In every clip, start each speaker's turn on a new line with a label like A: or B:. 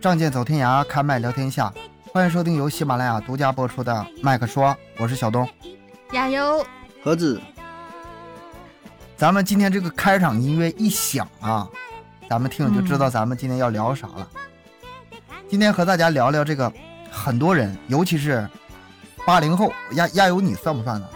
A: 仗剑走天涯，开麦聊天下。欢迎收听由喜马拉雅独家播出的《麦克说》，我是小东。
B: 加油！
C: 盒子，
A: 咱们今天这个开场音乐一响啊，咱们听友就知
C: 嗯
A: 道咱们今天要聊啥了。今天和大家聊聊这个，很多人，尤其是八零后，亚亚友你算不算呢？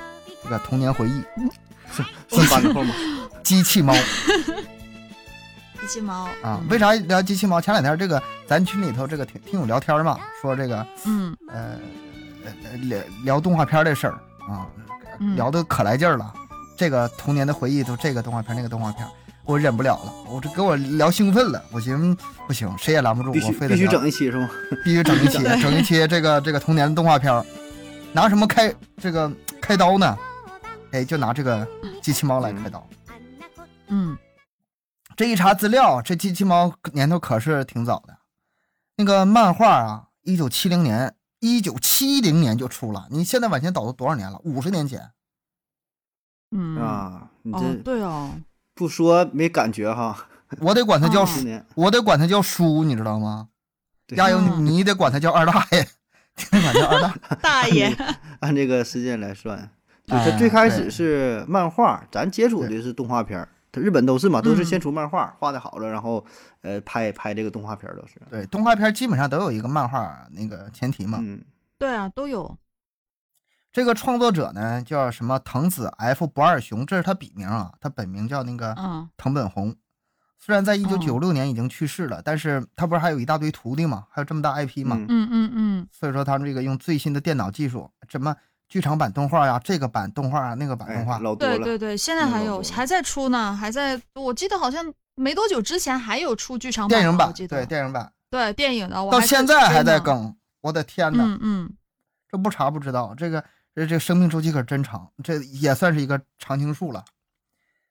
A: 这个童年回忆，
C: 算八零后吗？
A: 机器猫
B: 机器猫
A: 啊，为啥聊机器猫？前两天这个咱群里头这个听听友聊天嘛，说这个
B: 嗯
A: 呃呃聊聊动画片的事儿啊，
B: 嗯
A: 聊的可来劲儿了。这个童年的回忆都这个动画片那个动画片，我忍不了了，我这给我聊兴奋了。我寻思不行，谁也拦不住
C: 必
A: 我，
C: 须
A: 非得
C: 必须
A: 聊
C: 整一期是吗？
A: 必须整一期 整一期这个这个童年的动画片儿，拿什么开这个开刀呢？哎，就拿这个机器猫来开刀。
B: 嗯，
A: 这一查资料，这机器猫年头可是挺早的。那个漫画啊，一九七零年，一九七零年就出了。你现在往前倒都多少年了？五十年前。
B: 嗯
C: 啊，你
B: 哦，
C: 这
B: 对哦，
C: 不说没感觉哈。
A: 我得管它叫
B: 哦
A: 叔，
C: 今年
A: 我得管它叫叔，你知道吗？
C: 对
A: 加油，
B: 嗯
A: 你得管它叫二大爷，你得管叫二大。
B: 大爷，
C: 按这个时间来算，就
A: 哎
C: 它最开
A: 对
C: 始是漫画，咱接触的是动画片儿。它日本都是嘛，都
B: 嗯
C: 是先出漫画，画的好了，然后呃拍拍这个动画片儿都是。
A: 对，动画片基本上都有一个漫画那个前提嘛。
C: 嗯，
B: 对啊，都有，
A: 这个创作者呢叫什么藤子 F 不二雄，这是他笔名啊，他本名叫那个
B: 嗯
A: 藤本弘。虽然在一九九六年已经去世了，但是他不是还有一大堆徒弟嘛，还有这么大 IP 嘛，
C: 嗯
B: 嗯嗯嗯，
A: 所以说他们这个用最新的电脑技术，什么剧场版动画呀、这个版动画啊、那个版
C: 哎
A: 动画，，
C: 老多
B: 对
C: 了。
B: 对对，现在还
C: 嗯
B: 有
C: 我懂
B: 还在出呢，还在，我记得好像没多久之前还有出剧场版
A: 电
B: 的，
A: 影
B: 我
A: 版
B: 记
A: 对
B: 得
A: 电影版，
B: 对电影的，我
A: 到
B: 还
A: 现
B: 在
A: 在
B: 追
A: 还在
B: 呢，
A: 更，我的天哪，
B: 嗯嗯，
A: 这不查不知道，这个这这生命周期可真长，这也算是一个常青树了。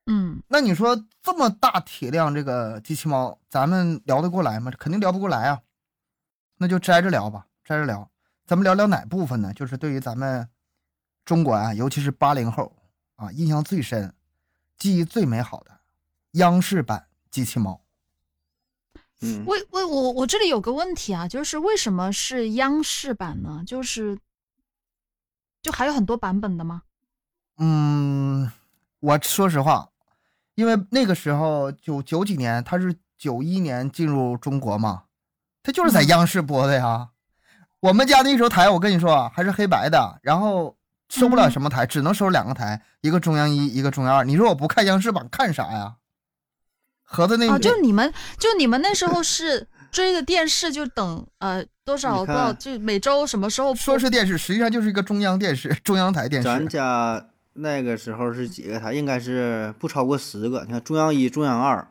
B: 嗯，
A: 那你说这么大体量这个机器猫，咱们聊得过来吗？肯定聊不过来啊。那就摘着聊吧，摘着聊。咱们聊聊哪部分呢？就是对于咱们中国啊，尤其是八零后啊，印象最深、记忆最美好的央视版机器猫。
C: 嗯，
B: 为为我我这里有个问题啊，就是为什么是央视版呢？就是就还有很多版本的吗？
A: 嗯，我说实话，因为那个时候九九几年，他是九一年进入中国嘛，他就是在
B: 嗯
A: 央视播的呀。我们家那时候台，我跟你说啊还是黑白的，然后收不了
B: 嗯
A: 什么台，只能收两个台，一个中央一，一个中央二。你说我不看央视版看啥呀？合着那
B: 啊，就你们就你们那时候 是追的电视，就等呃多少
C: 你
B: 多少，
C: 看
B: 就每周什么时候
A: 说
B: 播
A: 是电视，实际上就是一个中央电视、中央台电
C: 咱
A: 视。
C: 家那个时候是几个台？应该是不超过十个。你看中央一、中央二，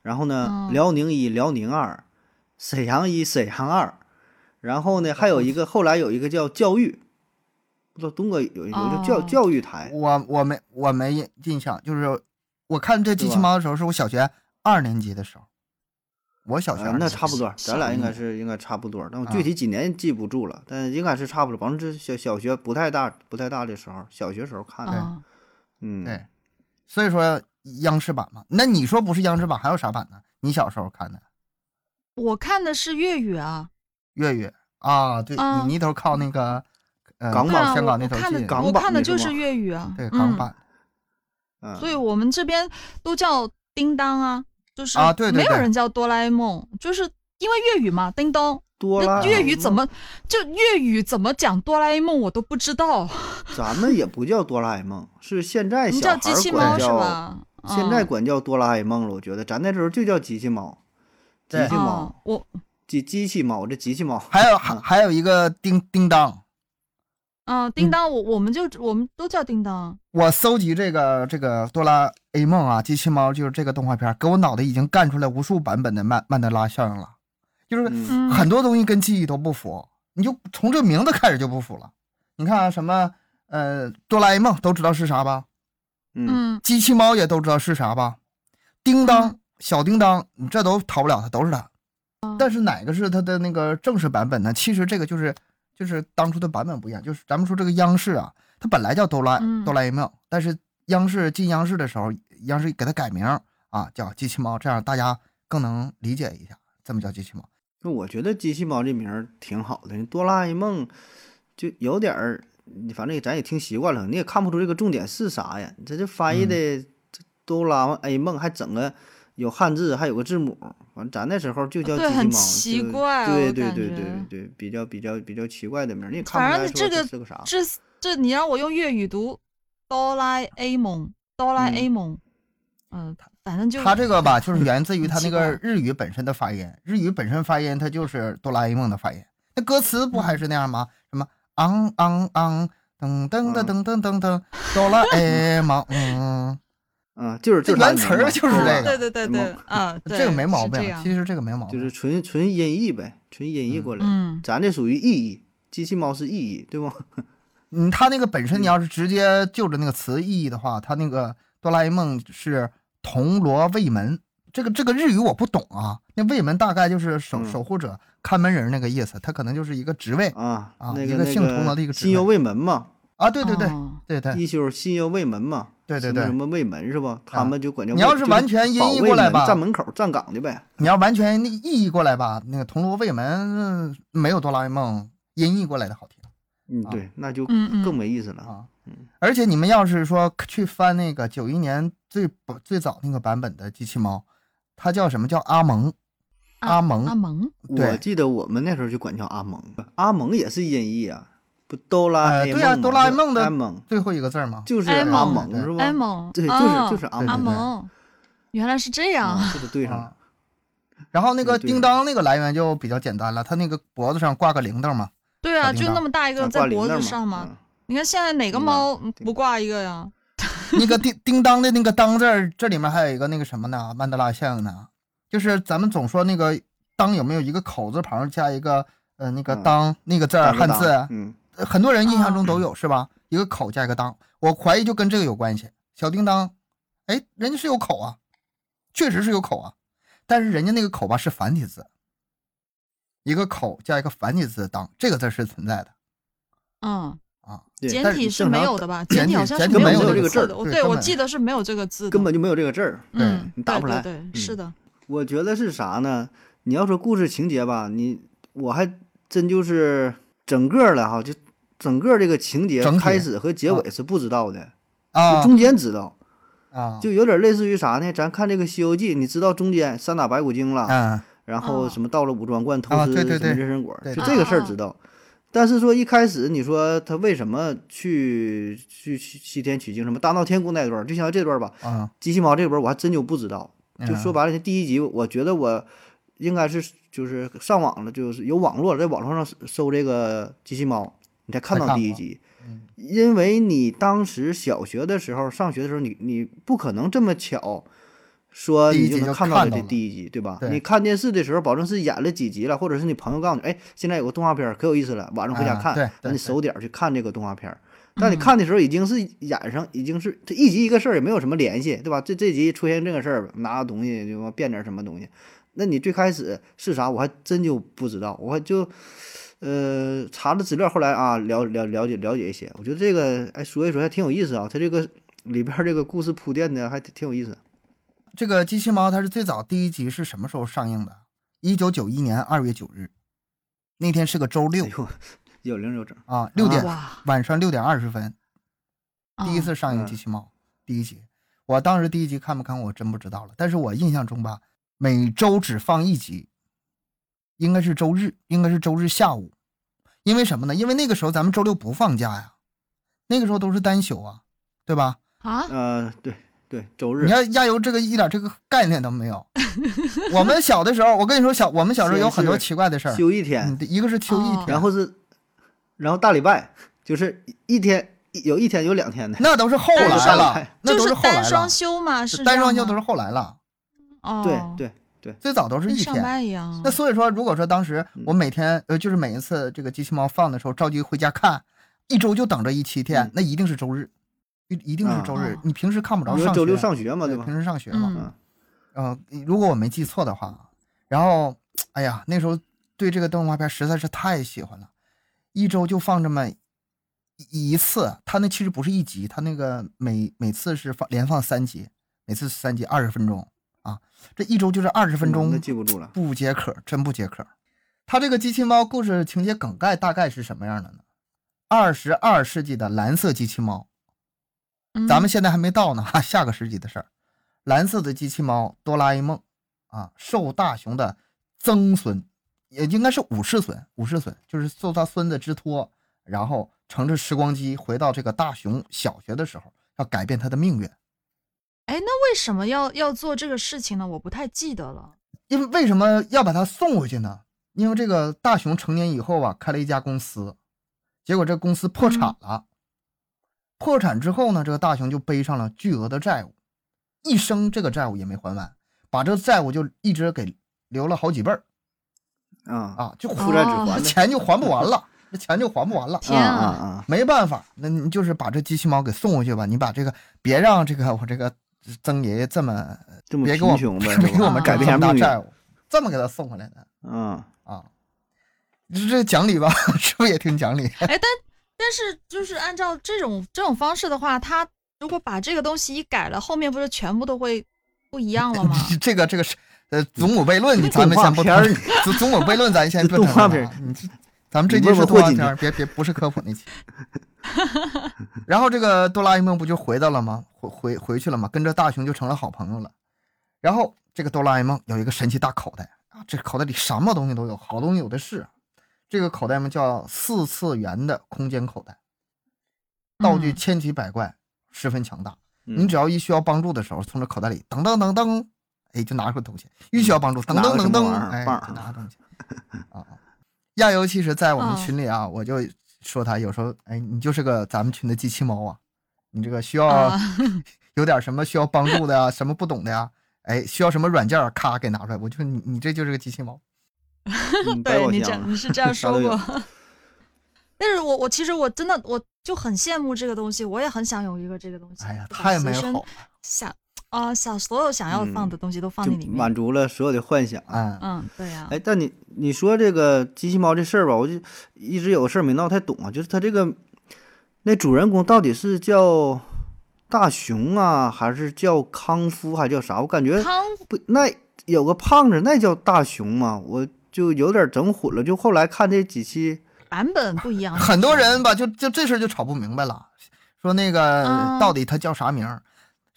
C: 然后呢，
B: 嗯
C: 辽宁一、辽宁二，沈阳一、沈阳二，然后
B: 哦
C: 呢，还有一个后来有一个叫教育，不知道东哥有有一个叫
B: 哦
C: 教育台，
A: 我我没我没印印象，就是我看这机器
C: 是吧
A: 猫的时候，是我小学二年级的时候，我小学啊二，
C: 啊那
A: 年级
C: 差不多，咱俩应该是应该差不多，但我具体几年记不住了，但应该是差不多。反正这小小学不太大不太大的时候，小学时候看的，
B: 啊？
C: 嗯，
A: 对，所以说央视版嘛，那你说不是央视版，还有啥版呢？你小时候看的
B: 我看的是粤语啊，
A: 粤语啊？对，
B: 嗯
A: 你那头靠那个呃
C: 港
A: 靠
B: 对啊，
C: 版
A: 香
B: 我
A: 港那
B: 我
A: 头
B: 看
A: 近，
B: 的
C: 港
B: 我
C: 版
B: 看的
C: 那
B: 就是是
C: 吗
B: 粤语啊，
A: 对港
B: 嗯
A: 版，
C: 嗯，
B: 所以我们这边都叫叮当啊，就是
A: 啊对对
B: 没有
A: 对
B: 人叫哆啦 A 梦，就是因为粤语嘛，叮咚。
C: 多啦嗯
B: 那粤
C: A
B: 语怎
C: 梦
B: 么就粤语怎么讲哆啦 A 梦我都不知道，
C: 咱们也不叫哆啦 A 梦，是现在
B: 你
C: 小孩
B: 叫机
C: 儿
B: 器
C: 管
B: 猫
C: 叫
B: 是吧？
C: 现在
B: 嗯
C: 管叫哆啦 A 梦了。我觉得咱那时候就叫机器猫，机
A: 对
C: 器
B: 哦
C: 猫，，
B: 我
C: 机机器猫，这机器猫。
A: 还有还还有一个叮叮当。
B: 嗯，叮当，我我们就我们都叫叮当。
A: 我搜集这个这个哆啦 A 梦啊，机器猫就是这个动画片儿，给我脑袋已经干出来无数版本的曼曼德拉效应了，就是
B: 嗯，
C: 嗯，
A: 很多东西跟记忆都不符，你就从这名字开始就不符了。你看、啊、什么呃，哆啦 A 梦都知道是啥吧，
C: 嗯，
B: 嗯
A: 机器猫也都知道是啥吧，叮当、小叮当，你这都逃不了它，都是它。但是哪个是它的那个正式版本呢？其实这个就是就是当初的版本不一样，就是咱们说这个央视啊，它本来叫哆啦
B: 嗯
A: 哆啦 A 梦，但是央视进央视的时候，央视给它改名啊，叫机器猫，这样大家更能理解一下，这么叫机器猫。
C: 那我觉得机器猫这名儿挺好的，哆啦 A 梦就有点儿，你反正咱也听习惯了，你也看不出这个重点是啥呀。你这这翻译的
B: 嗯
C: 这哆啦 A 梦还整个有汉字，还有个字母，完咱那时候就叫机
B: 啊对
C: 器猫，
B: 很奇
C: 就
B: 怪
C: 对
B: 我
C: 对
B: 感
C: 对
B: 觉
C: 对对，比较比较比较奇怪的名儿，你也看
B: 反
C: 不出
B: 正
C: 来
B: 这
C: 说
B: 个
C: 是个啥。
B: 这这你让我用粤语读哆啦 A 梦，哆啦 A 梦，嗯、呃，反正就
A: 它这个吧，就是源自于
B: 很
A: 它
B: 奇
A: 那
B: 怪
A: 个日语本身的发音，日语本身发音它就是哆啦 A 梦的发音。那歌词不还是那样吗？什么昂昂昂，噔噔噔噔噔噔噔，哆啦 A 梦，嗯，
C: 嗯，就是就是
A: 这
C: 它
A: 原
C: 的
A: 词
C: 名
A: 儿就
C: 嘛
A: 是这
B: 啊
A: 个
B: 对对对对
C: 嗯，
B: 啊，对
A: 这个没毛
B: 是这
A: 病，
B: 样
A: 其实这个没毛病，
C: 啊就是纯纯音译呗，纯音译过来的。
B: 嗯
C: 咱这属于意译，机器猫是意译，对不？
A: 嗯，它那个本身你要是直接就着那个词意义的话，它那个哆啦 A 梦是铜锣卫门，这个这个日语我不懂啊。那卫门大概就是守、
C: 嗯
A: 守护者、看门人那个意思，它可能就是一个职位
C: 啊，
A: 啊
C: 那
A: 一
C: 个
A: 个
C: 那
A: 姓佟楼的一个职
C: 心忧
A: 位
C: 卫门嘛，
A: 啊。对对对、
B: 哦
A: 对对，
C: 一休心忧卫门嘛，
A: 哎对对
C: 什么
A: 对
C: 什么卫门是吧？他
A: 啊
C: 们就管叫
A: 你
C: 卫
A: 要是
C: 就
A: 完全音
C: 保
A: 译
C: 卫
A: 过来
C: 门
A: 吧
C: 站门口站岗的呗。
A: 你要完全那个意译过来吧，那个铜锣卫门嗯没有哆啦 A 梦音译过来的好听
C: 嗯，
A: 啊
C: 对，那就
B: 嗯嗯
C: 更没意思了。
A: 啊。而且你们要是说去翻那个九一年最最早那个版本的机器猫，它叫什么叫阿蒙？
B: 啊
A: 阿蒙
B: 阿蒙，
C: 我
A: 对
C: 记得我们那时候就管叫阿蒙，阿蒙也是音译啊，不哆啦
A: 呃
C: A
A: 对啊
C: 梦嘛
A: 哆啦 A
C: 就
A: 梦的
C: 阿蒙
A: 最后一个字儿吗？
C: 就是
B: 哎
C: 阿
B: 蒙
C: 蒙是吧？
B: 埃蒙，
C: 对，就是
B: 哦
C: 就是阿
A: 对
B: 阿
A: 对对
B: 蒙，原来是这样，
C: 啊，这就对上了
A: 啊。然后那个
C: 对对
A: 叮当那个来源就比较简单了，它那个脖子上挂个铃铛嘛。
B: 对
A: 小
B: 啊，
A: 叮
B: 就那
A: 当
B: 么大一个
C: 咱
B: 在
C: 挂铃
B: 脖
C: 铛
B: 子
C: 嘛
B: 上嘛，
C: 嗯
B: 你看现在哪个
C: 叮当
B: 猫
C: 叮
B: 不挂一个呀？
A: 那个叮叮当的那个当字儿，这里面还有一个那个什么呢？曼德拉效应呢？就是咱们总说那个当有没有一个口字旁加一个呃那个
C: 嗯
A: 当那个字儿
C: 大哥
A: 汉
C: 大
A: 字，
C: 嗯，
A: 呃很多人印象中都有是吧？一个口加一个当，我怀疑就跟这个有关系。小叮当，哎，人家是有口啊，确实是有口啊，但是人家那个口吧是繁体字，一个口加一个繁体字当，这个字是存在的
B: 嗯，
A: 啊。
C: 对
B: 简
A: 但
B: 体
A: 是
B: 是
C: 正
B: 没
C: 常
B: 有的吧？
A: 简
B: 简体
A: 体
B: 好像是
A: 简体
B: 没
C: 没有
B: 这
C: 这个字
B: 字
C: 儿
B: 的，
A: 对
B: 对
A: 根
B: 我
A: 本
B: 记得是没有这个字的，
C: 根本就没有这个字儿。
A: 对
B: 嗯，
C: 你打
B: 对
C: 不
B: 对
C: 来
B: 对，
C: 嗯
B: 是的，
C: 我觉得是啥呢？你要说故事情节吧，你我还真就是整个的哈，就整个这个情节
A: 整体
C: 开始和结尾是不知道的，就
A: 啊
C: 中间知道，
A: 啊，
C: 就有点类似于啥呢？咱看这个《西游记》，你知道中间三打白骨精了，
A: 嗯
C: 然后
B: 哦
C: 什么到了五庄观偷
A: 啊
C: 吃
A: 对
C: 什么
A: 对对
C: 人参果，
A: 对
C: 就
A: 对
C: 这个事儿
B: 啊啊
C: 知道。但是说一开始你说他为什么去去去西天取经，什么大闹天宫那段儿，就像这段儿吧，
A: 啊，
C: 机器猫这波我还真就不知道。就说
A: 吧，
C: 白了，第一集我觉得我应该是就是上网了，就是有网络了，在网络上搜这个机器猫，你才看
A: 才
C: 到
A: 看
C: 第一
A: 过
C: 集。
A: 嗯
C: 因为你当时小学的时候、上学的时候，你你不可能这么巧说
A: 第一
C: 你就
A: 集
C: 能
A: 就
C: 看到
A: 看
C: 这
A: 到了
C: 第一集，对吧？
A: 对
C: 你看电视的时候，保证是演了几集了，或者是你朋友告诉你，哎，现在有个动画片儿可有意思了，晚上回家
A: 啊
C: 看，
A: 对
C: 那
A: 对
C: 你
A: 对
C: 守点儿去看这个动画片儿。但你
B: 嗯
C: 看的时候已经是演上，已经是这一集一个事儿，也没有什么联系，对吧？这这集出现这个事儿，拿个东西就变点儿什么东西，那你最开始是啥，我还真就不知道，我还就呃查了资料，后来啊了了了解了解一些，我觉得这个哎说一说还挺有意思啊，它这个里边儿这个故事铺垫的还挺挺有意思。
A: 这个机器猫它是最早第一集是什么时候上映的？一九九一年二月九日，那天是个周六
C: 哎呦，有零有整，
A: 啊，六点
B: 哇，
A: 晚上六点二十分，
B: 啊
A: 第一次上映《
C: 嗯
A: 机器猫》第一集，我当时第一集看没看过我真不知道了，但是我印象中吧，每周只放一集，应该是周日，应该是周日下午，因为什么呢？因为那个时候咱们周六不放假呀，那个时候都是单休啊，对吧？
B: 啊，
C: 呃，对对，周日
A: 你看亚游这个一点这个概念都没有。我们小的时候，我跟你说小我们小时候有很多奇怪的事儿，
C: 休一天，
A: 嗯，一个是休一
B: 哦
A: 天，
C: 然后是，然后大礼拜就是一天一有一天有两天的，
A: 那都是后
B: 单
A: 来
B: 双
A: 了，那
B: 就
A: 都
B: 是
A: 后来
B: 单
A: 了
B: 双，休嘛，是
A: 单
B: 这
A: 双
B: 样
A: 休都是
B: 吗
A: 后来了，
B: 哦，
C: 对对，
A: 最早都是
B: 跟
A: 一
B: 上
A: 天。
B: 班一样啊
A: 那，所以说，如果说当时
C: 嗯
A: 我每天呃，就是每一次这个机器猫放的时候，着急回家看，一周就等着一七天
C: 嗯，
A: 那一定是周日，一一定是周日
B: 啊。
A: 你平时看不着
C: 因为
A: 上
C: 周六
A: 学
C: 上学嘛，对
A: 对，
C: 吧？
A: 平时上学嘛。
B: 嗯
A: 嗯，如果我没记错的话，啊然后，哎呀，那时候对这个动画片实在是太喜欢了，一周就放这么一一次。它那其实不是一集，它那个每每次是放连放三集，每次三集二十分钟啊，这一周就是二十分
C: 嗯
A: 钟
C: 那，记不住了。
A: 不解渴，真不解渴。它这个机器猫故事情节梗概大概是什么样的呢？二十二世纪的蓝色机器猫，
B: 嗯
A: 咱们现在还没到呢，哈，下个世纪的事儿。蓝色的机器猫哆啦 A 梦啊，受大雄的曾孙，也应该是五世孙，五世孙就是受他孙子之托，然后乘着时光机回到这个大雄小学的时候，要改变他的命运。
B: 哎，那为什么要要做这个事情呢？我不太记得了。
A: 因为为什么要把他送回去呢？因为这个大雄成年以后啊，开了一家公司，结果这公司破产了。
C: 嗯
A: 破产之后呢，这个大雄就背上了巨额的债务，一生这个债务也没还完，把这个债务就一直给留了好几辈儿
C: 啊，
A: 啊，就
C: 负债只
B: 哦
A: 这
C: 还的
A: 钱就还不完了，这钱就还不 完了。
B: 天
C: 啊
B: 啊
C: 啊啊！
A: 没办法，那你就是把这机器猫给送回去吧，你把这个别让这个我这个曾爷爷这么
C: 这么
A: 别给我
C: 贫穷 呗，
A: 别给我们
B: 改
A: 这
C: 变
A: 么大
C: 命运
A: 债务，这么给他送回来的。
C: 啊，
A: 啊，这这讲理吧？ 是不是也挺讲理？
B: 哎，但但是就是按照这种这种方式的话，他如果把这个东西一改了，后面不是全部都会不一 样了吗？
A: 这个这个是呃，祖母悖论，咱们
C: 动画
A: 先不
C: 片儿
A: 谈。祖祖母悖论，咱先不
C: 动画
A: 谈
C: 片
A: 了
C: 儿
A: 啊。你这咱们这
C: 你
A: 期
C: 问
A: 是
C: 问
A: 动
C: 霍
A: 画
C: 金
A: 片儿，别别不是科普那期。然后这个哆啦 A 梦不就回到了吗？回回回去了吗？跟着大雄就成了好朋友了。然后这个哆啦 A 梦有一个神奇大口袋啊，这口袋里什么东西都有，好东西有的是。这个口袋嘛叫四次元的空间口袋，道具
B: 嗯
A: 千奇百怪，十分强大。
C: 你
A: 你只要一需要帮助的时候，从这口袋里噔噔噔噔，哎，就拿出东西；一需要帮助，噔
C: 嗯拿
A: 噔
C: 个什
A: 噔
C: 么
A: 噔
C: 玩意，儿
A: 哎，
C: 棒儿
A: 就拿东西。 啊，啊亚游其实，在我们
B: 哦
A: 群里啊，我就说他有时候，哎，你就是个咱们群的机器猫啊，你这个需要
B: 啊
A: 有点什么需要帮助的呀、什么不懂的呀、哎，需要什么软件儿，咔给拿出来。我就你，你这就是个机器猫。
C: 百
B: 对
C: 嗯宝
B: 你这
C: 箱
B: 你是这 样
C: 啥
B: 说
C: 都有
B: 过， 但是我我其实我真的我就很羡慕这个东西，我也很想有一个这个东西。
A: 哎呀，
B: 就把
A: 太
B: 随
A: 美好
B: 身
A: 了。
B: 想啊、想所有想要放的东西都放
C: 嗯就
B: 在里面。
C: 满足了所有的幻想。
A: 嗯，
B: 嗯，对呀、
C: 哎，但你你说这个机器猫这事儿吧，我就一直有个事儿没闹太懂啊，就是它这个那主人公到底是叫大熊啊，还是叫康夫，还叫啥？我感觉
B: 康
C: 不，那有个胖子，那叫大熊嘛，我就有点整混了。就后来看这几期，
B: 版本不一样，
A: 很多人吧，就就这事儿就吵不明白了，说那个
B: 嗯
A: 到底他叫啥名儿？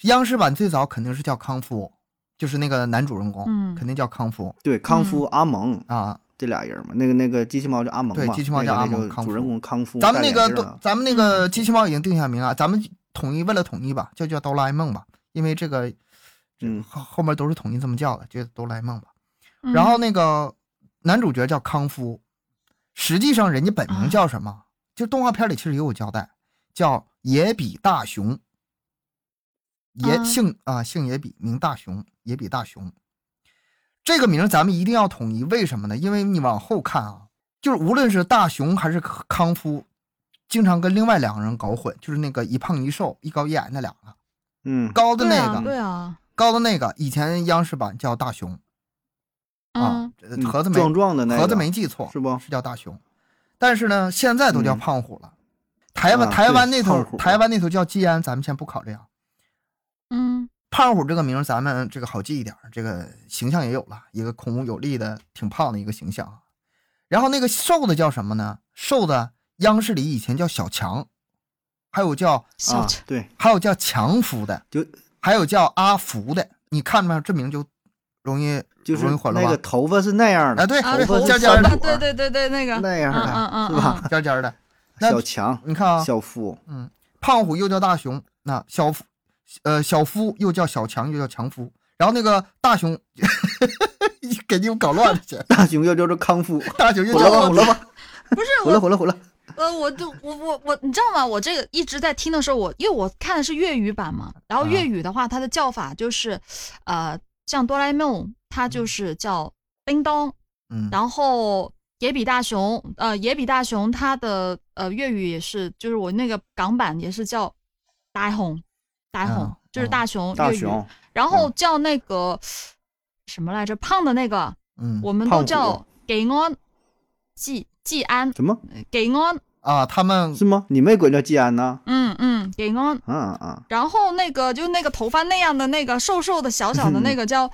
A: 央视版最早肯定是叫康夫，就是那个男主人公，
B: 嗯
A: 肯定叫康夫
C: 对康夫、阿蒙
A: 啊。
C: 这俩人嘛，那个那个机器猫叫阿蒙嘛，
A: 对机器猫叫
C: 那
A: 阿
C: 个那
A: 蒙
C: 个
A: 康
C: 主人
A: 夫
C: 公康夫戴
A: 咱们
C: 眼
A: 那
C: 镜啊
A: 个
C: 了，
A: 哆，咱们那个机器猫已经定下名啊，咱们统一为了统一吧，就叫哆啦 A 梦吧，因为这个
C: 嗯
A: 后后面都是统一这么叫的，就哆啦 A 梦吧。
B: 嗯
A: 然后那个男主角叫康夫，实际上人家本名
B: 啊
A: 叫什么？就动画片里其实也有交代，叫野比大雄。野、
B: 啊
A: 姓啊姓野比，名大雄，野比大雄。这个名儿咱们一定要统一，为什么呢？因为你往后看啊，就是无论是大雄还是康康夫，经常跟另外两个人搞混，就是那个一胖一瘦、一高一矮那两个，
C: 嗯，
A: 高的
B: 对
A: 那
B: 啊
A: 个，
B: 对啊，
A: 高的那个，以前央视版叫大雄啊
B: 嗯，
A: 呃
C: 嗯
A: 盒子没
C: 壮壮的那个，啊
A: 盒子没记错，
C: 是不
A: 是叫大熊，但是呢，现在都叫
C: 嗯
A: 胖虎了。台湾
C: 啊
A: 台湾
C: 对
A: 那头
C: 胖虎
A: 台湾那头叫季安，咱们先不考虑啊。
B: 嗯
A: 胖虎这个名儿咱们这个好记一点儿，这个形象也有了，一个孔武有力的挺胖的一个形象啊。然后那个瘦的叫什么呢？瘦的央视里以前叫小强，还有叫
B: 小
C: 啊
B: 陈，
C: 对，
A: 还有叫强福的，
C: 就
A: 还有叫阿福的。你看没有？这名就容易
C: 就是
A: 容易混乱
C: 那
A: 吧
C: 个？头发是那样的，
A: 啊，对，
B: 啊
A: 对
C: 头发
A: 尖
C: 是
A: 尖儿
C: 三
A: 的，
B: 啊对对对对，那个
C: 那样的，
B: 嗯嗯嗯
C: 是吧？
A: 尖尖儿的。那
C: 小强、
A: 你看啊，
C: 小夫，
A: 胖虎又叫大雄，那小夫，呃，小夫又叫小强，又叫强夫。然后那个大雄， 给你们搞 乱了去，
C: 大熊又叫做康夫，
A: 大雄又
C: 混了吧，
A: 叫
C: 混了吧，
B: 不是
C: 混了，
B: 我
C: 混了，混了。
B: 呃我就我我我你知道吗？我这个一直在听的时候，我因为我看的是粤语版嘛，然后
A: 啊
B: 粤语的话，它的叫法就是，呃，像哆啦 A 梦，它
C: 嗯
B: 就是叫叮咚，
A: 嗯，
B: 然后野比大雄，呃，野比大雄它的呃粤语也是，就是我那个港版也是叫大雄，大雄、
A: 嗯
B: 就是
A: 嗯
B: 大雄
C: 大
B: 粤语，
C: 熊，
B: 然后叫那个、什么来着，胖的那个，
A: 嗯
B: 我们
C: 胖
B: 都
C: 虎
B: 叫给安，季季安，
C: 什么？
B: 给安，
A: 啊，他们
C: 是吗？你没管叫季安呐？
B: 嗯嗯，给安。
C: 啊啊，
B: 然后那个就那个头发那样的那个瘦瘦的小小的那个叫，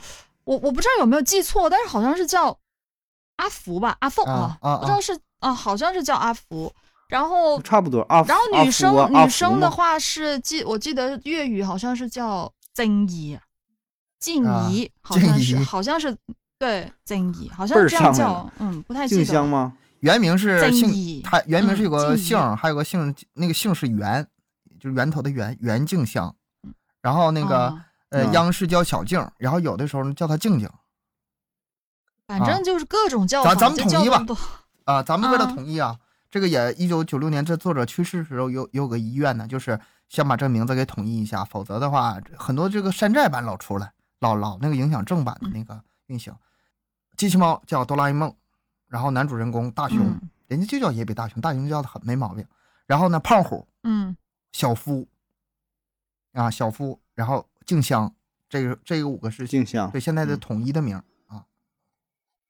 B: 我我不知道有没有记错，但是好像是叫阿阿福吧，阿凤
A: 啊啊
B: 不知道是啊，好像是叫阿福。然
A: 哦
B: 后，
C: 差不多啊。
B: 然后女生、
C: 阿福啊
B: 女生的，
C: 阿福嘛
B: 话是记，我记得粤语好像是叫静怡，静
A: 啊
B: 怡、好
A: 静
B: 像是
A: 怡
B: 好像是对静怡，好
C: 倍
B: 像
C: 儿
B: 是这样
C: 上来
B: 叫，嗯，不太记
C: 静
B: 得
C: 香
B: 了。
C: 吗？
A: 原名是
B: 正
A: 姓
B: 义，
A: 他原名是有个
B: 嗯
A: 姓
B: 正
A: 儿，还有个姓，那个姓是源，就是源头的源，源静香。然后那个、
B: 啊
A: 呃，
C: 嗯
A: 央视叫小静儿，然后有的时候呢叫她静静
B: 反正就是各种叫
A: 咱
B: 法，
A: 咱们
B: 就
A: 统
B: 叫
A: 一
B: 这
A: 吧
B: 么多
A: 啊、咱们为了
B: 啊
A: 统一啊，这个也一九九六年这作者去世的时候有有个遗愿呢，就是想把这名字给统一一下，否则的话很多这个山寨版老出来，老老那个影响正版的那个运行。机器猫叫哆啦 A 梦，然后男主人公大雄，
B: 嗯
A: 人家就叫野比大雄，大雄叫的很没毛病。然后呢，胖虎
B: 嗯
A: 小夫，啊，小夫，然后静香，这个这个五个是
C: 静香
A: 对现在的
C: 嗯
A: 统一的名儿、啊。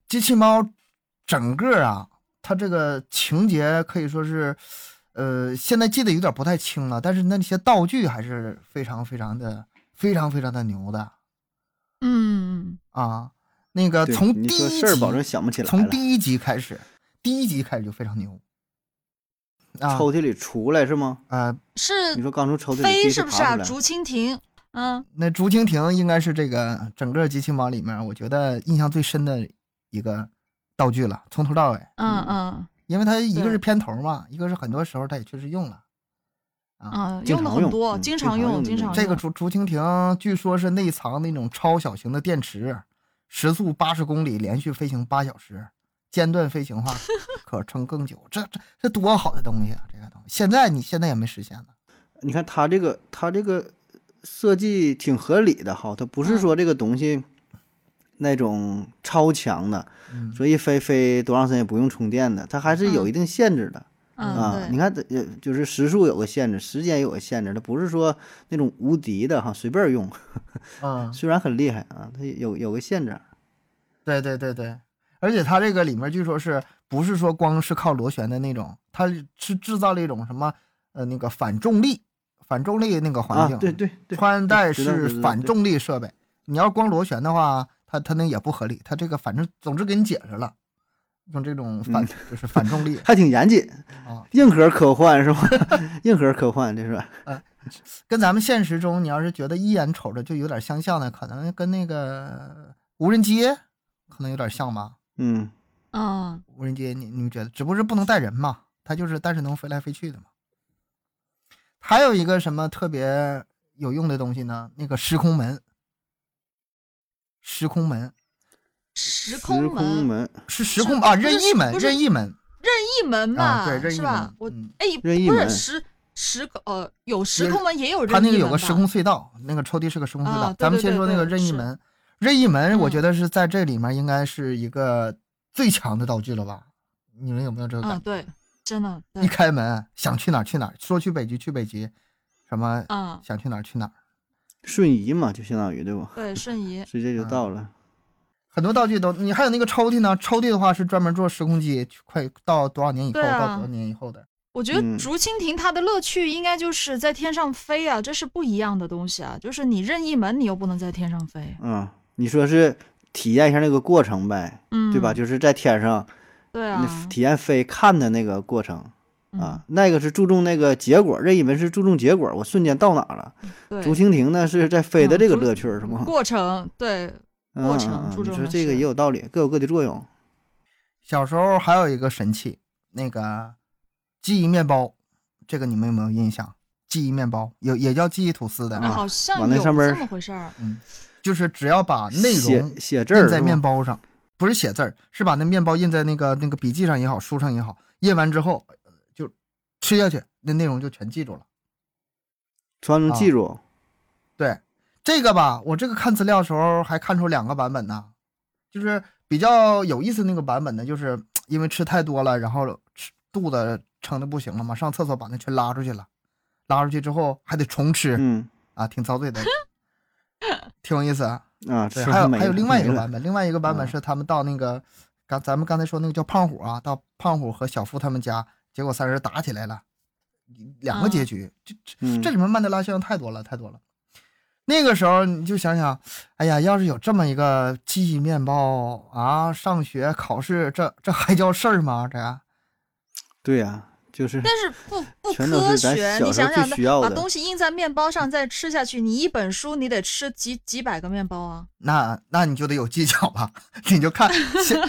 A: 机器猫整个啊，它这个情节可以说是，呃，现在记得有点不太清了，但是那些道具还是非常非常的、非常非常的牛的
B: 嗯，
A: 啊。那个
C: 对
A: 从
C: 你
A: 第
C: 说
A: 一
C: 事儿，保
A: 集
C: 证想不起来
A: 从
C: 了。
A: 第一集开始，第一集开始就非常牛啊。
C: 抽屉里出来是吗？
A: 呃，
B: 是
C: 你说刚从抽屉里第
B: 飞
C: 一
B: 是
C: 次
B: 不是
C: 爬
B: 啊？
C: 出来，
B: 竹蜻蜓，嗯
A: 那竹蜻蜓应该是这个整个机器猫里面，我觉得印象最深的一个道具了，从头到尾，
B: 嗯嗯
A: 因为它一个
B: 对
A: 是片头嘛，一个是很多时候它也确实用了。啊，
B: 嗯，
C: 经
B: 用的
C: 常
B: 很
C: 用
B: 多，
C: 嗯
B: 经
C: 经
B: 常
C: 常用
B: 用，
C: 的
B: 经
C: 那
B: 常
C: 种
A: 这个
B: 用
A: 竹竹蜻蜓据说是内藏那种超小型的电池，时速八十公里，连续飞行八小时，间断飞行的话可撑更久。这这这多好的东西啊！这个东西现在你现在也没实现呢。
C: 你看它这个它这个设计挺合理的哈，它不是
B: 嗯
C: 说这个东西那种超强的，
A: 嗯，
C: 所以飞飞多长时间也不用充电的，它还是有
B: 嗯
C: 一定限制的、啊。
B: 嗯，对，
C: 你看，呃，就是时速有个限制，时间也有个限制，它不是说那种无敌的哈，随便用，
A: 嗯，
C: 虽然很厉害啊，它有有个限制。啊
A: 对对对对，而且它这个里面据说是不是说光是靠螺旋的那种，它是制造了一种什么呃那个反重力，反重力那个环
C: 啊
A: 境，，
C: 对对对，
A: 穿戴
C: 知道知道
A: 是
C: 知道
A: 反
C: 对
A: 重力设备。你要光螺旋的话，它它那也不合理。它这个反正总之给你解释了，用这种
C: 嗯
A: 反、 就是反重力
C: 还挺严谨，
A: 啊，
C: 硬核科幻是吧？ 硬核科幻这是吧？
A: 跟咱们现实中你要是觉得一眼瞅着就有点相像的，可能跟那个无人机可能有点像吧。
C: 嗯，
B: 嗯
A: 无人机，你你们觉得？只不过是不能带人嘛，它就是但是能飞来飞去的嘛。还有一个什么特别有用的东西呢？那个时空门，时空门
B: 时
C: 时
B: 空
C: 空
B: 门
C: 门，
A: 是时空
B: 是
A: 啊，
B: 不是
A: 任意门，
B: 不是
A: 任意门
B: 任意
A: 啊，
B: 门吧，
A: 对，任意
B: 是
A: 门
B: 吧？，我
A: 嗯，
B: 哎，不
C: 任意
B: 是
C: 门
B: 时时空呃，有
A: 就
B: 时
A: 是
B: 空门也有
A: 它
B: 任
A: 那个
B: 意
A: 有
B: 门
A: 个
B: 吧？
A: 时空隧道，那个抽屉是个时空隧道。
B: 啊对
A: 咱们
B: 对
A: 先
B: 对
A: 说那个
B: 对
A: 任意
B: 是
A: 门，任意门，我觉
B: 嗯
A: 得是在这里面应该是一个最强的道具了吧？你们有没有这个感觉？
B: 嗯，对，真的
A: 一
B: 对，
A: 开门想去哪儿去哪儿，说去北极去北极，什么
B: 嗯，
A: 想去哪儿去哪儿。
C: 瞬移嘛，就相当于对吧？
B: 对，瞬移，
C: 直接就
A: 啊
C: 到了。
A: 很多道具都，你还有那个抽屉呢，抽屉的话是专门做时空机，去快到多少年以后，
B: 对啊
A: 到多少年以后的。
B: 我觉得
C: 嗯
B: 竹蜻蜓它的乐趣应该就是在天上飞啊，这是不一样的东西啊。就是你任意门，你又不能在天上飞，
C: 嗯，你说是体验一下那个过程呗，
B: 嗯，
C: 对吧？？就是在天上
B: 对
C: 那
B: 啊，嗯
C: 体验飞看的那个过程啊，那个是注重那个结果，任意门是注重结果，我瞬间到哪儿了。
B: 嗯，
C: 竹
B: 对，
C: 蜻蜓呢是在飞
B: 嗯
C: 的这个
B: 竹
C: 乐趣儿是吗？
B: 过程，对，
C: 嗯
B: 过程
C: 嗯嗯
B: 注重
C: 你说
B: 的
C: 这个
B: 是
C: 也有道理，各有各的作用。
A: 小时候还有一个神器，那个记忆面包，这个你们有没有印象？记忆面包有也叫记忆吐司的，
B: 那
C: 啊
B: 好像
C: 往那
B: 有
C: 上边
B: 这
C: 儿
B: 么回事儿，
A: 就是只要把内
C: 写
A: 容
C: 写字
A: 印
C: 儿
A: 在
C: 是
A: 面
C: 吗？
A: 包上，不是写字儿，是把那面包印在那个那个笔记上也好，书上也好，印完之后呃就吃下去，那内容就全记住了。
C: 传能
A: 啊
C: 记住。
A: 对这个吧，我这个看资料的时候还看出两个版本呢，就是比较有意思那个版本呢，就是因为吃太多了，然后吃肚子撑的不行了嘛，上厕所把那全拉出去了，拉出去之后还得重吃、
C: 嗯
A: 啊，挺遭罪的，挺有意思啊。
C: 啊，
A: 对，
C: 吃
A: 还有
C: 没
A: 还有
C: 了
A: 另外一
C: 没
A: 个
C: 了
A: 版本，另外一个版本
C: 嗯
A: 是他们到那个，刚咱们刚才说那个叫胖虎啊，到胖虎和小夫他们家，结果三人打起来了，两个结
B: 嗯
A: 局，这这
C: 嗯
A: 这里面曼德拉效应太多了，太多了。那个时候你就想想，哎呀，要是有这么一个记忆面包啊，上学考试这这还叫事儿吗？这
C: 对呀、就是
B: 但是不不
C: 全都
B: 科
C: 是咱
B: 学，
C: 小
B: 你
C: 时候
B: 想
C: 最
B: 想，
C: 需要
B: 把
C: 的
B: 东西印在面包上再吃下去，你一本书你得吃几几百个面包啊！
A: 那那你就得有技巧了， 你就看先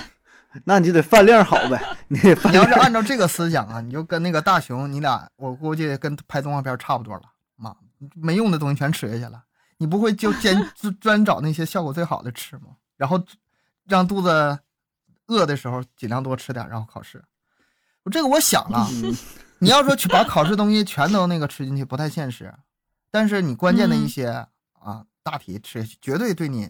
C: 那你就得饭量好呗， 你得饭
A: 你要
C: 量
A: 是按照这个思想啊，你就跟那个大熊，你俩我估计跟拍动画片差不多了。妈，没用的东西全吃下去了，你不会就 兼专专找那些效果最好的吃吗？然后让肚子饿的时候尽量多吃点，然后考试。我这个我想了，
C: 嗯
A: 你要说去把考试东西全都那个吃进去不太现实，但是你关键的一
B: 嗯
A: 些、啊大题吃下去，绝对对你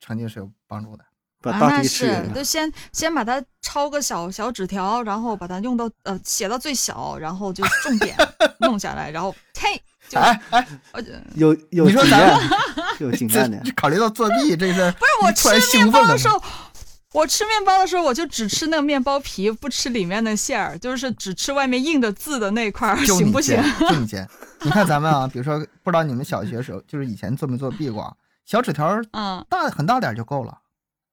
A: 成绩是有帮助的。
C: 把
B: 啊，
C: 大
B: 那
C: 题
B: 是
C: 吃匀了。
B: 就先先把它抄个小小纸条，然后把它用到呃写到最小，然后就重 点弄下来，然后嘿，就
A: 哎哎，
B: 呃
C: 有有
A: 你说
C: 经
A: 咱
C: 验，有经验
A: 这
C: 的
A: 这，考虑到作弊这个，不
B: 不是我
A: 突然
B: 吃
A: 兴
B: 面
A: 奋
B: 包
A: 了
B: 的
A: 吗
B: 时候，我吃面包的时候，我就只吃那个面包皮，不吃里面的馅儿，就是只吃外面印的字的那块儿，
A: 就
B: 行
A: 你
B: 不行
A: 奸？，就你奸。你看咱们啊，比如说，不知道你们小学时候，就是以前做没做弊过啊？小纸条儿
B: 嗯
A: 大很大点儿就够了，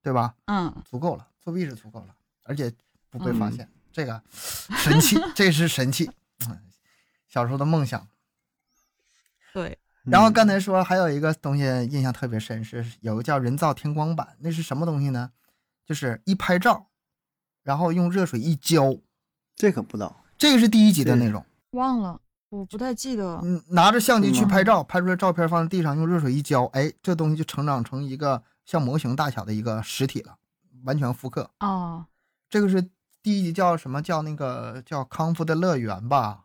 A: 对吧？
B: 嗯，
A: 足够了，作弊是足够了，而且不被发
C: 嗯
A: 现，这个神器，这是神器。嗯小时候的梦想。
B: 对，
A: 然后
C: 嗯
A: 刚才说还有一个东西印象特别深，是有个叫人造天光板，那是什么东西呢？就是一拍照，然后用热水一浇，
C: 这可不知道，
A: 这个是第一级的
C: 是
A: 内容。
B: 忘了，我不太记得。
A: 嗯，拿着相机
C: 啊是
A: 去
C: 吗
A: 拍照，拍出来照片放在地上，用热水一浇，哎，这东西就成长成一个像模型大小的一个实体了，完全复刻。
B: 哦，
A: 这个是第一集叫什么？叫那个叫《康复的乐园》吧？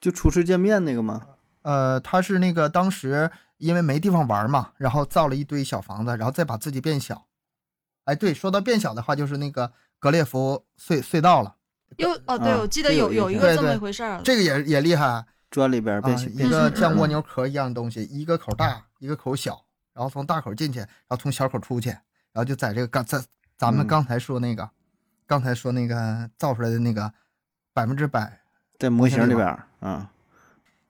C: 就初次见面那个吗？
A: 呃，他是那个当时因为没地方玩嘛，然后造了一堆小房子，然后再把自己变小。哎，对，说到变小的话，就是那个格列佛隧隧道了，
B: 又哦，对，
C: 啊
B: 我记得
C: 这
B: 有
C: 有
B: 有一
C: 印
B: 个
A: 象
B: 这么
A: 对
B: 一
A: 对
B: 回事儿。
A: 这个也也厉害啊，
C: 砖里边儿变
A: 一
C: 变
A: 个
C: 形
A: 像蜗
C: 了嗯
A: 牛壳一样的东西，一个口大，一个口小，然后从大口进去，然后从小口出去，然后就在这个刚在咱们
C: 嗯
A: 刚才说那个，刚才说那个造出来的那个百分之百，
C: 在模型里边儿啊，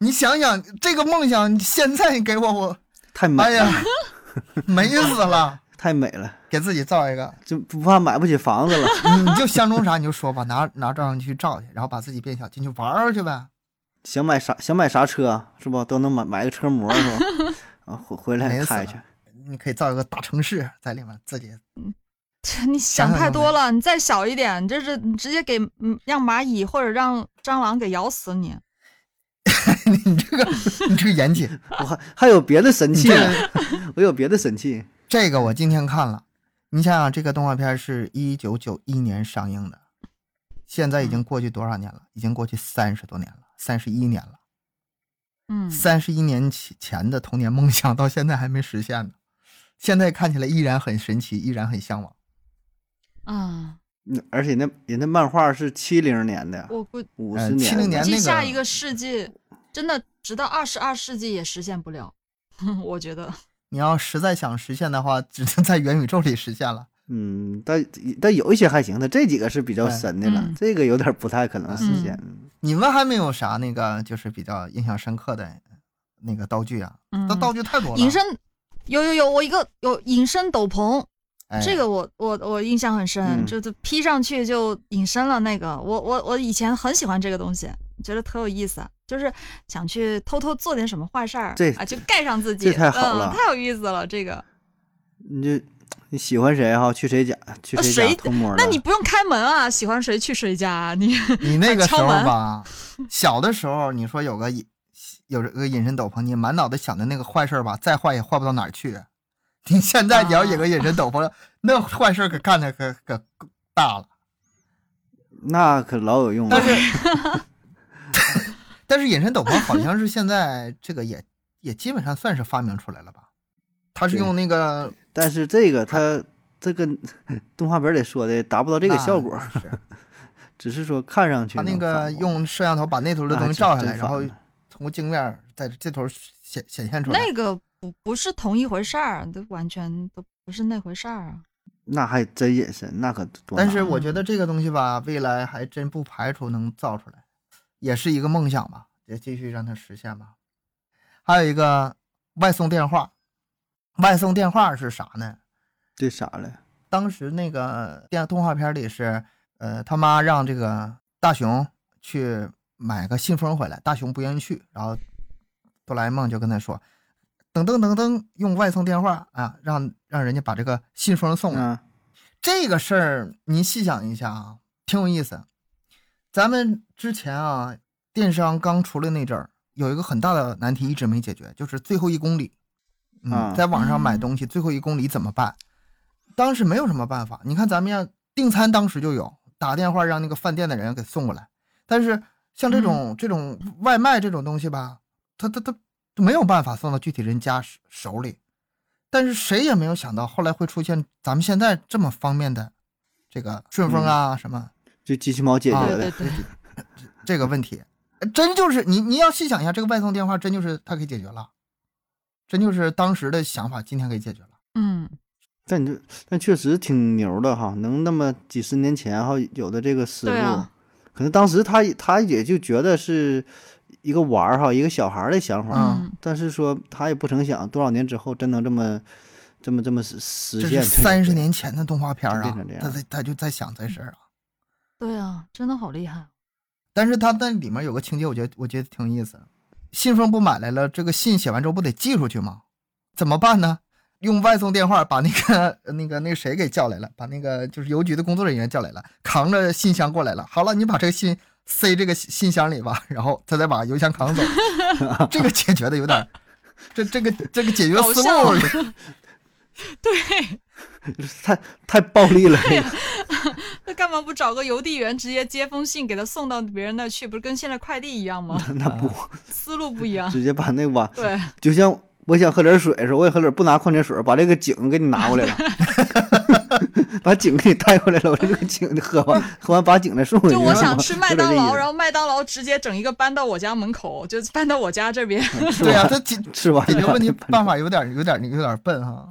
A: 你想想这个梦想，现在给我我
C: 太美
A: 哎呀
C: 了，
A: 美死了，
C: 太美了，
A: 给自己造 一个，
C: 就不怕买不起房子了。
A: 你你就相中啥你就说吧，拿拿照相机去照去，然后把自己变小进去玩儿去呗。
C: 想买啥想买啥车是不都能买买个车模是吧？啊，回回
A: 美
C: 来
A: 死
C: 开
A: 了
C: 去，
A: 你可以造一个大城市在里面，自己
B: 你
A: 想
B: 想
A: 想
B: 太
A: 就
B: 多
A: 美
B: 了，你再小一点，你这是你直接给嗯让蚂蚁或者让蟑螂给咬死你。
A: 你这个你这个严谨，
C: 我还还有别的神
A: 你
C: 器
A: 这
C: 呢
A: 个，
C: 我有别的神器。
A: 这个我今天看了，你想想，这个动画片是一九九一年上映的，现在已
B: 嗯
A: 经过去多少年了？已经过去三十多年了，三十一年了。
B: 嗯，
A: 三十一年前前的童年梦想到现在还没实现呢，现在看起来依然很神奇，依然很向往。
B: 啊，
C: 嗯而且那人家漫画是七零年的，
B: 我估
C: 五
A: 呃
C: 十年的，
A: 70年
B: 计
A: 那
B: 下
A: 个
B: 一个世纪，真的直到二十二世纪也实现不了。 我觉得，
A: 你要实在想实现的话，只能在元宇宙里实现了。
C: 嗯，但但有一些还行，它这几个是比较
A: 对嗯
C: 神的了
B: 嗯，
C: 这个有点不太可能实现。嗯
A: 你们还没有啥那个就是比较印象深刻的那个道具啊？
B: 嗯
A: 那，道具太多了。
B: 隐身有有有，我一个有隐身斗篷，
A: 哎
B: 这个我我我印象很深，
C: 嗯
B: 就是披上去就隐身了。那个我我我以前很喜欢这个东西，觉得特有意思，就是想去偷偷做点什么坏事儿，
C: 这
B: 啊就盖上自己，
C: 这太好了
B: 嗯，太有意思了。这个，
C: 你就你喜欢谁哈，去谁家，去
A: 啊
B: 呃
C: 谁
B: 谁
C: 家偷摸了。
B: 那你不用开门啊，喜欢谁去谁家、啊，你
A: 你那个时候
B: 敲门
A: 吧，小的时候你说有个隐有个隐身斗篷，你满脑子想的那个坏事儿吧，再坏也坏不到哪儿去。 你现在你要
B: 啊
A: 有个隐身斗篷，那坏事儿可干的可可大了。
C: 那可老有用了
A: 但。是，但是隐身斗篷好像是现在这个也也基本上算是发明出来了吧？它是
C: 对
A: 用那个
C: 但是这个它这个动画片里说的达不到这个
A: 那
C: 效果，
A: 是
C: 只是说看上去
A: 它那
C: 能
A: 个
C: 反光
A: 用摄像头把那头的
C: 那
A: 东
C: 还
A: 西
C: 真
A: 照下
C: 真
A: 来，然
C: 反
A: 后
C: 了
A: 从镜面在这头显显现出来。
B: 那个不不是同一回事儿，都完全都不是那回事儿啊。
C: 那还真隐身，那可多
A: 但
C: 难
A: 是我
B: 嗯
A: 觉得这个东西吧，未来还真不排除能造出来，也是一个梦想吧，也继续让它实现吧。还有一个外送电话。外送电话是啥呢？
C: 这啥嘞？
A: 当时那个电动画片里是，呃，他妈让这个大雄去买个信封回来，大雄不愿意去，然后哆啦 A 梦就跟他说，噔噔噔噔，用外送电话啊，让让人家把这个信封送来。
C: 嗯
A: 这个事儿您细想一下啊，挺有意思。咱们之前啊，电商刚出来那阵儿，有一个很大的难题一直没解决，就是最后一公里。嗯，
C: 啊
A: 在网上买东西最后一公里怎么办？当时没有什么办法。你看咱们要订餐，当时就有打电话让那个饭店的人给送过来。但是像这种、这种外卖这种东西吧，他他他没有办法送到具体人家手手里。但是谁也没有想到，后来会出现咱们现在这么方便的这个顺丰啊、
C: 嗯
A: 什么
C: 这机器猫解决
A: 啊
B: 对
C: 的。
B: 对对，
A: 这个问题，呃真就是你你要细想一下，这个外送电话真就是它给解决了，真就是当时的想法，今天给解决了。
B: 嗯，
C: 但你这但确实挺牛的哈，能那么几十年前哈有的这个思路，
B: 对啊
C: 可能当时他他也就觉得是一个玩儿哈，一个小孩儿的想法，
A: 啊
B: 嗯，
C: 但是说他也不曾想多少年之后真能这么这么这么实实
A: 这
C: 现
A: 是
C: 对
A: 三十年前的动画片儿
C: 就
A: 啊
C: 变成这，样
A: 他在他就在想这事儿啊。
B: 对啊，真的好厉害。
A: 但是他那里面有个情节，我觉得我觉得挺有意思。信封不买来了，这个信写完之后不得寄出去吗？怎么办呢？用外送电话把那个 那个那个谁给叫来了，把那个就是邮局的工作人员叫来了，扛着信箱过来了。好了，你把这个信塞这个信信箱里吧， 然后他再把邮箱扛走。这个解决的有点儿，这这个这个解决思
B: 搞
A: 路
B: 对，
C: 太太暴力了，这个
B: 那干嘛不找个邮递员直接接封信给他送到别人那去？不是跟现在快递一样 吗？
C: 那不
B: 思路不一 样。
C: 直接把那碗，
B: 对，
C: 就像我想喝点水的时候，我也喝点不拿矿泉水，把这个井给你拿过 来了，把井给你带过来了，我这个井你喝完，喝完把井再送回去。
B: 就我想吃
C: 有
B: 麦
C: 点这
B: 当
C: 意
B: 劳，
C: 思
B: 然后麦当劳直接整一个搬到我家门口，就搬到我家这边。
C: 嗯
A: 对呀、啊，他解
C: 吃完
A: 解决
C: 了
A: 问题
C: 把这
A: 办法有点儿有点儿有点儿笨哈。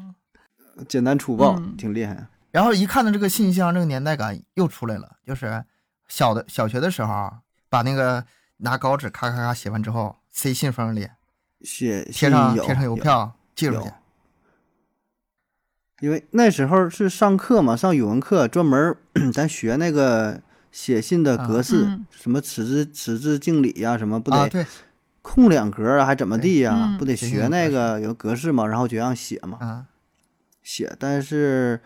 C: 简单粗暴，
B: 嗯
C: 挺厉害。
A: 然后一看到这个信箱，这个年代感又出来了。就是小的小学的时候啊，把那个拿稿纸咔咔咔写完之后，塞信封里，
C: 写
A: 贴
C: 信
A: 上
C: 有
A: 贴上邮，票寄出去
C: 有。因为那时候是上课嘛，上语文课专门儿 咱学那个写信的格式，
B: 啊嗯
C: 什么此致此致敬礼呀、什么不
A: 啊，
C: 得
A: 对
C: 空两格儿啊，还怎么地呀、
B: 嗯
C: 不得
A: 写信
C: 学
A: 的
C: 那
A: 格
C: 个有格式嘛，然后就让写嘛，
A: 啊，
C: 写，但是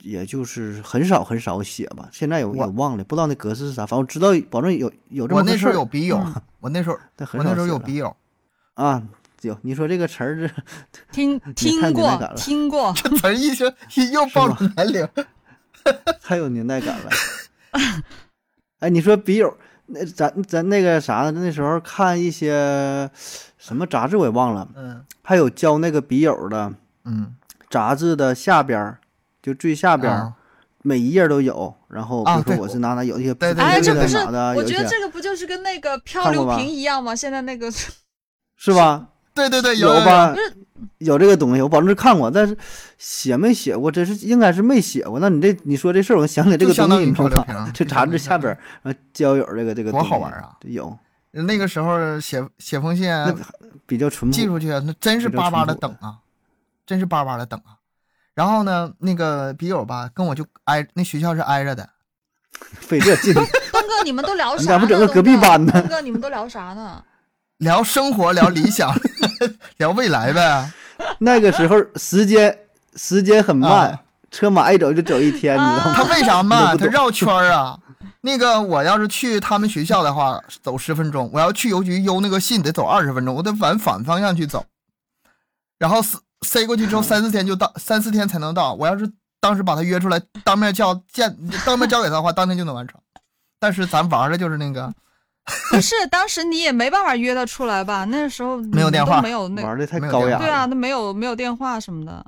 C: 也就是很少很少写吧。现在有
A: 我
C: 也忘了，不知道那格式是啥，反正我知道，保证有有这
A: 我
C: 么
A: 那
C: 回
A: 时
C: 事
A: 候
C: 儿
A: 有笔友
B: 嗯，
A: 我那时候
C: 但 很
A: 我那
C: 少
A: 时候
C: 写
A: 有
C: 了
A: 笔友，
C: 啊，有你说这个词儿这
B: 听听
C: 太敏感
B: 过
C: 了
B: 听过，
A: 这词儿一说一又暴露年龄，
C: 太有年代感了。 哎，你说笔友，那咱咱那个啥，那时候看一些什么杂志我也忘了，
A: 嗯
C: 还有教那个笔友的
A: 嗯，
C: 杂志的下边儿，就最下边儿、
A: 啊
C: 每一页都有。然后比
A: 啊
C: 如说
A: 对
C: 我是哪哪有一些，
A: 对对
B: 哎，
A: 对
B: 这
A: 对
B: 不是
A: 对
C: 哪的，
B: 我
C: 有一
B: 觉得
C: 些
B: 这个不就是跟那个漂
C: 看
B: 流
C: 过吧
B: 瓶一样吗？现在那 个
C: 是吧？
A: 对对对，哎有
C: 有？吧
B: 不是？
C: 有这个东西，我保证是看过，但是写没写过，真是应该是没写过。那你这你说这事儿，我想起来这个
A: 就相
C: 东
A: 当
C: 西，
A: 于
C: 你知
A: 漂
C: 道
A: 流
C: 吧
A: 瓶？嗯
C: 这杂志下边儿，然后交友这个这个
A: 多
C: 东西
A: 好玩啊！
C: 这有
A: 有那个时候写写封信啊
C: 那嗯比较淳朴，
A: 寄出去，啊那真是
C: 比较
A: 巴巴的
C: 淳朴
A: 等啊，真是巴巴的等啊。然后呢，那个笔友吧，跟我就挨那学校是挨着的，
C: 费这劲。
B: 东哥，你们都聊啥呢？
C: 你咋不整个
B: 东
C: 隔壁
B: 哥
C: 班呢
B: 东哥，你们都聊啥呢？
A: 聊生活，聊理想，聊未来呗。
C: 那个时候时间时间很慢
A: 啊，
C: 车马一走就走一天，你知道
A: 他
C: 吗？
A: 为啥慢？
C: 你都
A: 他
C: 不懂
A: 绕圈儿啊。那个我要是去他们学校的话，走十分钟；我要去邮局邮那个信，得走二十分钟，我得往反方向去走。然后塞塞过去之后，三四天就到，三四天才能到。我要是当时把他约出来，当面叫见，当面交给他的话，当天就能完成。但是咱玩的就是那个，
B: 不是，当时你也没办法约他出来吧？那时候
A: 没有
B: 你
A: 电
B: 都
A: 话
B: 没有那
C: 玩的太
A: 没有
C: 高
A: 电
C: 雅
A: 话
B: 对啊，
C: 了，
B: 那没有没有电话什么的。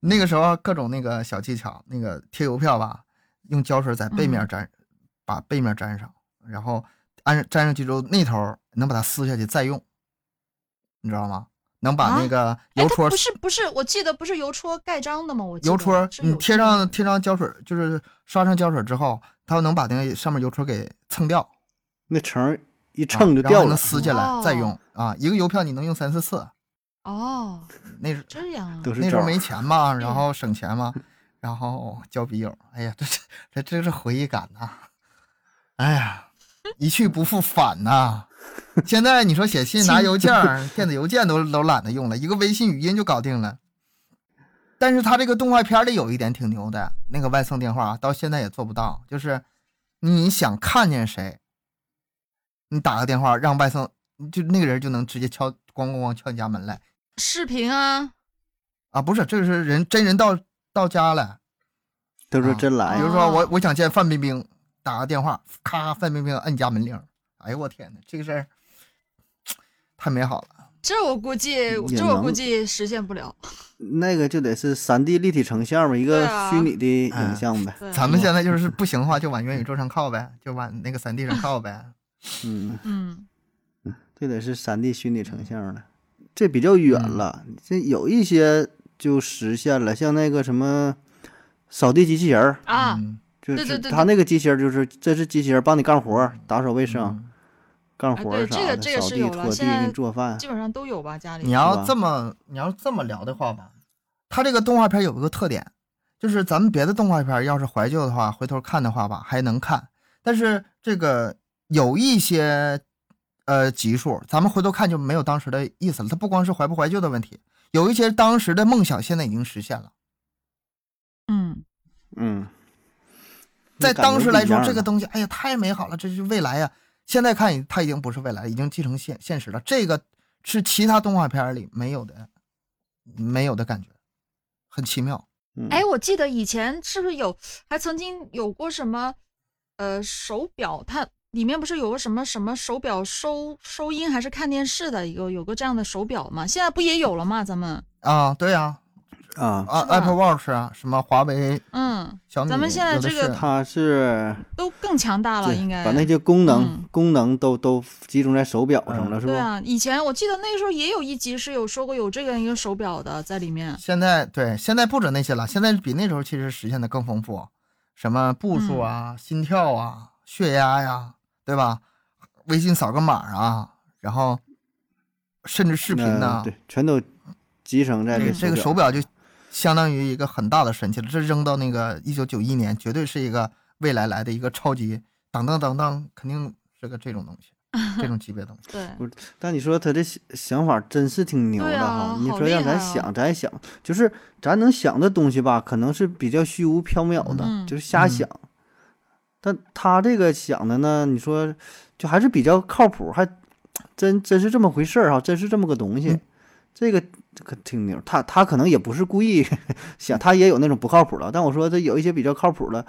A: 那个时候各种那个小技巧，那个贴邮票吧，用胶水在背
B: 嗯
A: 面粘，把背面粘上，然后安粘上去之后，那头儿能把它撕下去再用，你知道吗？能把那个
B: 哎，
A: 邮
B: 他
A: 戳、
B: 不是不是，我记得不是邮戳盖章的吗？我记得
A: 邮戳，
B: 是
A: 你
B: 有
A: 贴
B: 这个
A: 上贴上胶水，就是刷上胶水之后，它能把那个上面邮戳给蹭掉，啊
C: 那层儿一蹭就
A: 啊然后
C: 掉
A: 还
C: 了
A: 能。撕下来再
B: 哦
A: 用啊。一个邮票你能用三四次，
B: 哦，
A: 那时
B: 这样啊，
C: 都是
A: 那时
C: 招
A: 候
C: 儿
A: 没钱嘛，然后省钱嘛，然后交笔友。哎呀，这这这真是回忆感呐、哎呀，一去不复返呐、现在你说写信拿邮件儿、电子邮件都都懒得用了，一个微信语音就搞定了。但是他这个动画片里有一点挺牛的，那个外送电话到现在也做不到，就是你想看见谁，你打个电话让外送，就那个人就能直接敲咣咣咣敲你家门来。
B: 视频啊，
A: 啊，不是，这是人真人到到家了。
C: 都是
A: 啊
C: 真来
A: 比
C: 呀，
A: 如说我
B: 哦
A: 我想见范冰冰，打个电话，咔，范冰冰摁家门铃儿。哎呦我天哪，这个事儿太美好了。
B: 这我估计，
C: 也
B: 这我估
C: 能
B: 计实现不了。
C: 那个就得是三 D 立体成像吧，一
B: 对
C: 个
B: 啊
C: 虚拟的
A: 哎
C: 影像呗。
B: 对，
A: 咱们现在就是不行的话，就往元宇宙上靠呗，就往那个三 D 上靠呗。
C: 嗯，
B: 嗯，
C: 这得是三 D 虚拟成像了，这比较远了。
A: 嗯
C: 这有一些就实现了，像那个什么扫地机器人儿，
B: 啊，
A: 嗯
C: 就
B: 对对
C: 是
B: 对
C: 它那个机器人儿就是这是机器人儿帮你干活儿，打扫卫生、
A: 嗯
C: 干
B: 哎
C: 活
B: 对
C: 儿啥
B: 这个
C: 的，
B: 这个
C: 扫
B: 是
C: 地、
B: 有了
C: 拖地、
B: 现在
C: 给你做饭
B: 基。本上都有吧，家
A: 你
B: 里。
A: 要
C: 吧
A: 这么你要这么聊的话吧，它这个动画片有一个特点，就是咱们别的动画片要是怀旧的话，回头看的话吧还能看，但是这个有一些呃集数，咱们回头看就没有当时的意思了。它不光是怀不怀旧的问题，有一些当时的梦想现在已经实现了。
B: 嗯，
C: 嗯，
A: 在当时来说，这个
C: 都
A: 东西，哎呀，太美好了，这是未来呀！现在看它已经不是未来，已经继承现现实了。这个是其他动画片里没有的，没有的感觉，很奇妙。
B: 哎，我记得以前是不是有，还曾经有过什么，呃，手表，它里面不是有个什么什么手表收收音还是看电视的一个有个这样的手表吗？现在不也有了吗？咱们，
A: 啊，对啊，
C: 啊，
A: 啊
B: 是吧
A: ，Apple Watch 啊，什么华为、
B: 嗯，
A: 小米，
B: 咱们现在
A: 有的
B: 这个
A: 是
C: 它是
B: 都更强大了，
C: 对
B: 啊应该。
C: 把那些功能、
B: 嗯
C: 功能都都集中在手表上
A: 嗯
C: 了，是不？
B: 对啊，以前我记得那个时候也有一集是有说过有这样一个手表的在里面。
A: 现在对，现在不止那些了，现在比那时候其实实现的更丰富，什么步
B: 嗯
A: 数啊、心跳啊、血压呀、对吧？微信扫个码啊，然后甚至视频
C: 那
A: 呐、
C: 嗯对，全都集成在
A: 这
C: 这
A: 个嗯这个手表就相当于一个很大的神器了。这扔到那个一九九一年，绝对是一个未来来的一个超级当当当当，肯定是个这种东西，这种级别的东西。
B: 对，
C: 但你说他这想想法真是挺牛
B: 对
C: 的
B: 啊
C: 哈！你
B: 好
C: 说
B: 厉
C: 让咱
B: 害啊
C: 想，咱也想，就是咱能想的东西吧，可能是比较虚无缥缈的，
B: 嗯
C: 就是瞎
A: 嗯
C: 想。但他这个想的呢，你说就还是比较靠谱，还真真是这么回事儿哈，真是这么个东西。
A: 嗯
C: 这个可挺牛，他他可能也不是故意
A: 嗯
C: 想，他也有那种不靠谱的。但我说这有一些比较靠谱的，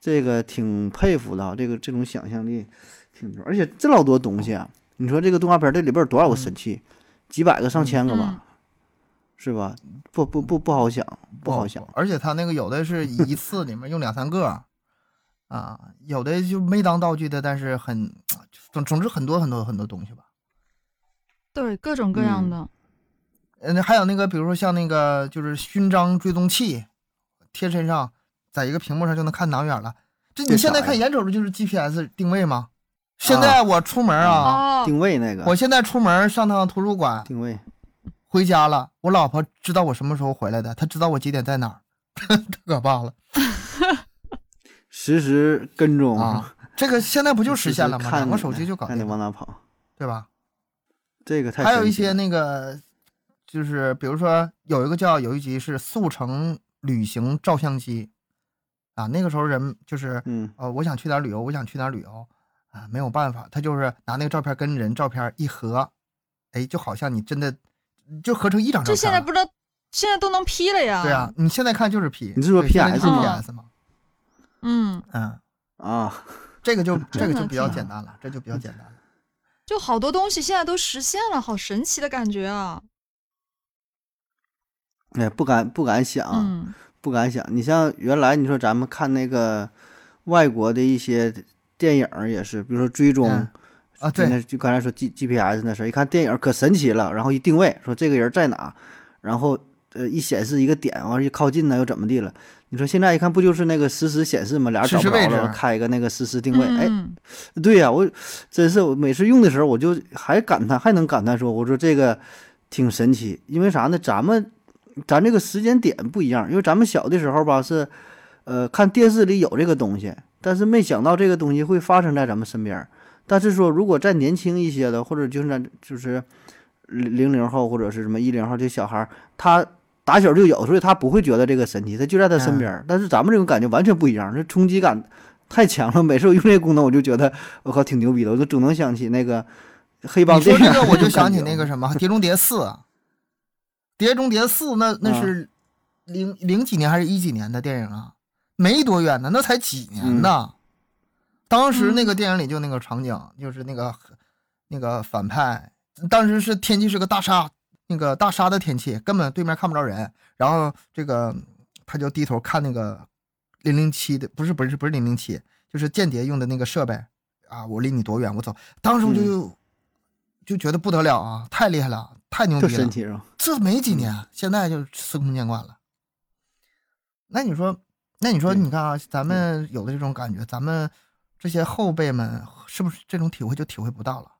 C: 这个挺佩服的啊，这个这种想象力挺牛，而且这老多东西
A: 哦
C: 啊，你说这个动画片这里边有多少个神器，几百个上千个
A: 嗯
C: 吧，是吧？不不不不好想，不好想。
A: 而且它那个有的是一次里面用两三个，啊，有的就没当道具的，但是很总总之很多很多很多东西吧。
B: 对，各种各样的。
A: 嗯，还有那个，比如说像那个就是勋章追踪器，贴身上，在一个屏幕上就能看哪远了。这你
C: 这
A: 现在
C: 啥
A: 看
C: 呀
A: 眼瞅着就是 GPS 定位吗？现
C: 啊
A: 在我出门啊，
B: 哦，
C: 定位那个
A: 我现在出门上趟图书馆，
C: 定位，
A: 回家了，我老婆知道我什么时候回来的，她知道我几点在哪儿， 太可怕了
C: 实时跟踪
A: 啊！这个现在不就
C: 实
A: 实
C: 时
A: 现了吗？
C: 看
A: 两个
C: 哦你
A: 手机就搞
C: 看你
A: 定了，
C: 往哪跑，
A: 对吧？
C: 这个太
A: 还有
C: 神
A: 一
C: 奇
A: 些
C: 了
A: 那个，就是比如说有一个叫有一集是速成旅行照相机，啊，那个时候人就是，
C: 嗯
A: 呃，我想去哪儿旅游，我想去哪儿旅游，啊，没有办法，他就是拿那个照片跟人照片一合，哎，就好像你真的就合成一张照片
B: 这
A: 了。
B: 现在不知道，现在都能 P 了呀。
A: 对啊，，你现在看就是 P，
C: 你是说
A: 对现在
C: PS
A: 就是
B: 吗
A: PS 吗？
B: 嗯，
A: 嗯，
C: 啊，
A: 这个就这
B: 真
A: 个
B: 的
A: 就比较
B: 挺
A: 简单了，这就比
C: 嗯
A: 较简单了。
B: 就好多东西现在都实现了，好神奇的感觉啊。
C: 哎，不敢不敢想，啊
B: 嗯，
C: 不敢想。你像原来你说咱们看那个外国的一些电影儿也是，比如说追踪、
A: 嗯啊，
C: 就
A: 对
C: 那就刚才说 G G P S 那事儿，一看电影可神奇了，然后一定位说这个人在哪，然后呃一显示一个点，完了一靠近呢又怎么地了？你说现在一看不就是那个实时显示吗？俩人
A: 实
C: 找
A: 时
C: 不着
A: 位置
C: 了，开一个那个实时定位，哎，
B: 嗯
C: 对呀、我真是我每次用的时候，我就还感叹，还能感叹说，我说这个挺神奇，因为啥呢？咱们咱这个时间点不一样，因为咱们小的时候吧是，呃，看电视里有这个东西，但是没想到这个东西会发生在咱们身边儿。但是说，如果再年轻一些的，或者就是咱就是零零零后或者是什么一零后这小孩儿，他打小就有，所以他不会觉得这个神奇，他就在他身边儿。但是咱们这种感觉完全不一样，这冲击感太强了。每次我用这功能，我就觉得我靠挺牛逼的，我就总能想起那个黑帮
A: 你说
C: 电影
A: 这个，
C: 儿种感觉。
A: 我就想 起那个什么《碟中谍四》，《碟中谍四》那那
C: 啊
A: 是零零几年还是一几年的电影啊？没多远呢，那才几年
C: 嗯
A: 呢。当时那个
B: 嗯
A: 电影里就那个场景，就是那个那个反派，当时是天气是个大沙，那个大沙的天气，根本对面看不着人。然后这个他就低头看那个零零七的，不是不是不是零零七，就是间谍用的那个设备啊！我离你多远，我走。当时我
C: 嗯
A: 就、就觉得不得了啊，太厉害了，太牛
C: 特
A: 逼
C: 神
A: 了。
C: 奇是嗯吧？
A: 这没几年，现在就司空见惯了。那你说，那你说，
C: 对嗯
A: 你看啊，咱们有的这种感觉，咱们这些后辈们是不是这种体会就体会不到了？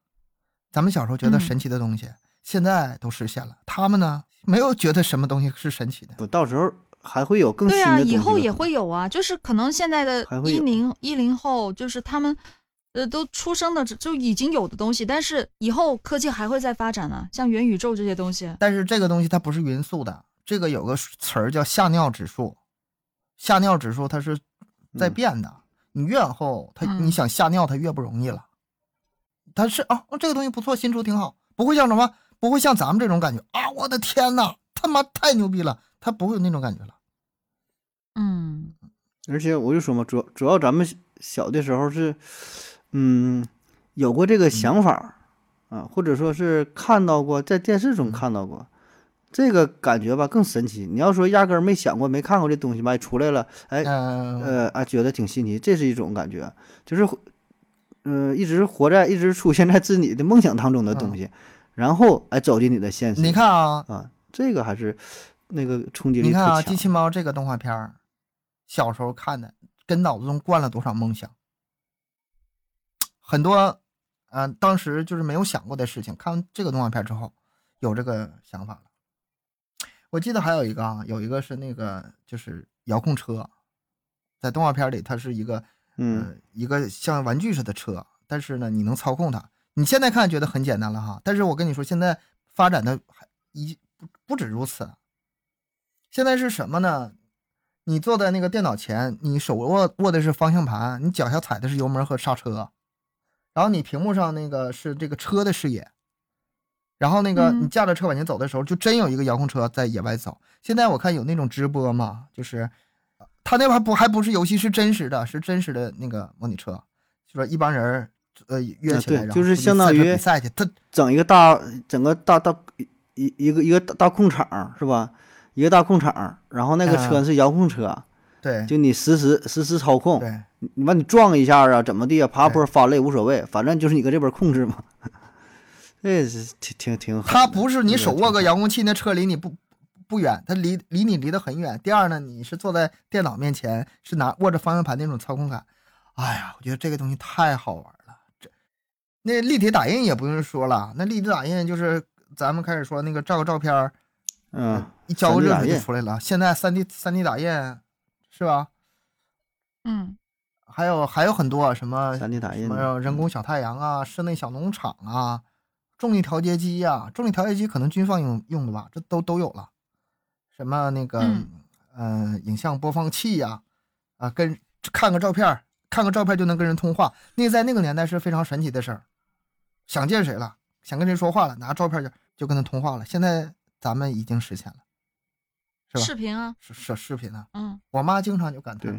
A: 咱们小时候觉得
B: 嗯
A: 神奇的东西，现在都实现了，他们呢没有觉得什么东西是神奇的。
C: 不，到时候还会有更新
B: 对
C: 的
B: 啊，
C: 东西
B: 以后
C: 吧
B: 也会有啊，就是可能现在的
C: 还会
B: 一
C: 有
B: 零一零后，就是他们，呃，都出生的就已经有的东西，但是以后科技还会再发展呢、像元宇宙这些东西。
A: 但是这个东西它不是匀速的，这个有个词儿叫吓尿指数，吓尿指数它是在
C: 嗯
A: 变的，你越往后它
B: 嗯
A: 你想吓尿它越不容易了。它是啊，这个东西不错，新出挺好，不会像什么，不会像咱们这种感觉啊！我的天呐，他妈太牛逼了，它不会有那种感觉了。
B: 嗯，
C: 而且我就说嘛，主主要咱们小的时候是，嗯，有过这个想法、啊，或者说是看到过，在
A: 嗯
C: 电视中看到过，这个感觉吧更神奇。你要说压根儿没想过、没看过这东西吧，也出来了，哎，
A: 嗯、
C: 呃啊，觉得挺新奇，这是一种感觉，就是，嗯、一直活在、一直出现在自己的梦想当中的东西，然后哎走进你的现实。
A: 嗯你看啊，
C: 啊，这个还是那个冲击力
A: 你
C: 特
A: 看啊，
C: 强。
A: 《机器猫》这个动画片儿，小时候看的，跟脑子中灌了多少梦想，很多，嗯、当时就是没有想过的事情，看完这个动画片之后，有这个想法了。我记得还有一个啊，有一个是那个就是遥控车，在动画片里它是一个
C: 嗯，
A: 呃，一个像玩具似的车，但是呢，你能操控它。你现在看觉得很简单了哈，但是我跟你说，现在发展的还一不不止如此。现在是什么呢？你坐在那个电脑前，你手握握的是方向盘，你脚下踩的是油门和刹车，然后你屏幕上那个是这个车的视野，然后那个
B: 嗯
A: 你驾着车往前走的时候，就真有一个遥控车在野外走。现在我看有那种直播嘛，就是他那还不还不是游戏，是真实的，是真实的那个模拟车，就说一帮人儿呃约
C: 啊
A: 起来，
C: 对
A: 然后
C: 就是
A: 出去
C: 相当
A: 赛车
C: 于
A: 比赛去，他
C: 整一个大，整个大大一一个一个大大空场是吧？一个大空场，然后那个车
A: 啊
C: 是遥控车，
A: 对
C: 就你实时实时操
A: 嗯
C: 控，
A: 对
C: 你你把你撞一下啊，怎么地啊，爬坡翻了也无所谓，反正就是你搁这边控制嘛。 这是挺挺挺狠的，
A: 他不是你
C: 这个
A: 手握
C: 挺
A: 个
C: 狠
A: 遥控器，那车离你不不远，它离离你离得很远。第二呢，你是坐在电脑面前，是拿握着方向盘那种操控感。哎呀，我觉得这个东西太好玩了。这那立体打印也不用说了，那立体打印就是咱们开始说那个照个照片儿，
C: 嗯，
A: 一浇个
C: 3D
A: 热
C: 打
A: 水就
C: 印
A: 出来了。现在三 D 三 D 打印是吧？
B: 嗯，
A: 还有还有很多啊什么
C: 三 D 打印
A: 什
C: 的嗯
A: 么人工小太阳啊、室内小农场啊、重力调节机呀、重力调节机可能军方用用的吧，这都都有了。什么那个
B: 嗯
A: 呃影像播放器呀、啊，跟看个照片儿，看个照片就能跟人通话，那在那个年代是非常神奇的事儿。想见谁了，想跟谁说话了，拿照片就就跟他通话了。现在咱们已经实现了，是吧
B: 视频啊，
A: 是是视频呢、
B: 嗯，
A: 我妈经常就感叹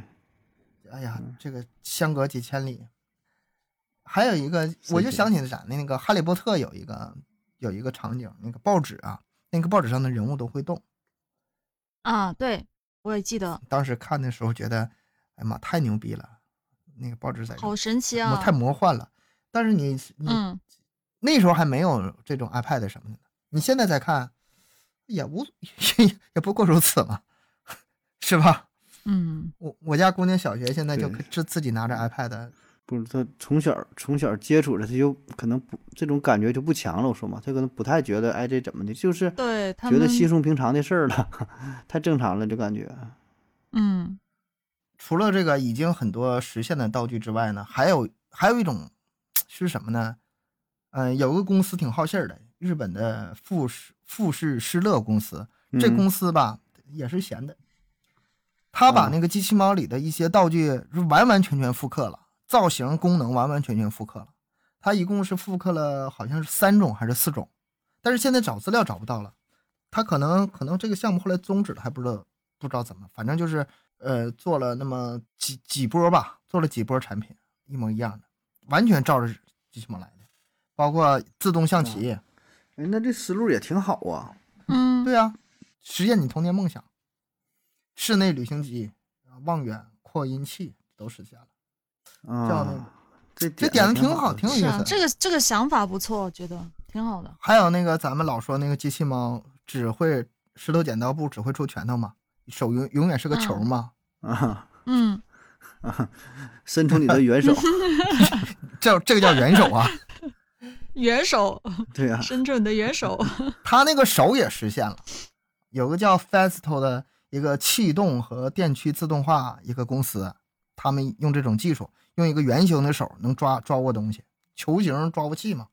C: 对，，
A: 哎呀，这个相隔几千里。还有一个，我就
C: 神奇
A: 想起啥呢？那个《哈利波特》有一个有一个场景，那个报纸啊，那个报纸上的人物都会动。
B: 啊，对，我也记得，
A: 当时看的时候觉得，哎呀妈，太牛逼了！那个报纸
C: 哎
A: 在这
B: 好神奇
A: 魔
B: 啊，
A: 太魔幻了。但是你你、
B: 嗯，
A: 那时候还没有这种 iPad 什么的呢，你现在再看，也无 也也不过如此嘛， 是吧？
B: 嗯，
A: 我我家姑娘小学现在就
C: 对
A: 自自己拿着 iPad
C: 不是他从小从小接触的，他就可能不这种感觉就不强了。我说嘛，他可能不太觉得，哎，这怎么的，就是
B: 对他
C: 觉
B: 们
C: 得稀松平常的事儿了， 太正常了，就感觉。
B: 嗯
A: 除了这个已经很多实现的道具之外呢，还有还有一种是什么呢？嗯、有个公司挺好信儿的，日本的富士富士施乐公司。这
C: 嗯
A: 公司吧、也是闲的，他把
C: 嗯
A: 那个机器猫里的一些道具是完完全全复刻了，造型功能完完全全复刻了。他一共是复刻了好像是三种还是四种，但是现在找资料找不到了。他可能可能这个项目后来终止了，还不知道不知道怎么，反正就是呃做了那么几几波吧，做了几波产品一模一样的，完全照着机器猫来的，包括自动象棋，
C: 哎，那这思路也挺好啊。
B: 嗯，
A: 对啊，实现你童年梦想，室内旅行机、啊望远扩音器都实现了。叫那个
C: 啊，这
A: 这
C: 点
A: 点
C: 子
A: 子
C: 挺
A: 挺好
C: 的
A: 挺有
B: 是
A: 意
B: 啊
A: 思，
B: 这个这个想法不错，我觉得挺好的。
A: 还有那个咱们老说那个机器猫只会石头剪刀布，只会出拳头嘛，手永永远是个球
B: 嗯
A: 嘛。
C: 啊，
B: 嗯，
C: 伸出你 的援手，
A: 这这个叫元手啊，
B: 元首，
C: 对呀、
B: 深圳的元首，
A: 他那个手也实现了。有个叫 Festo 的一个气动和电驱自动化一个公司，他们用这种技术，用一个圆形的手能抓抓握东西，球形抓握器嘛。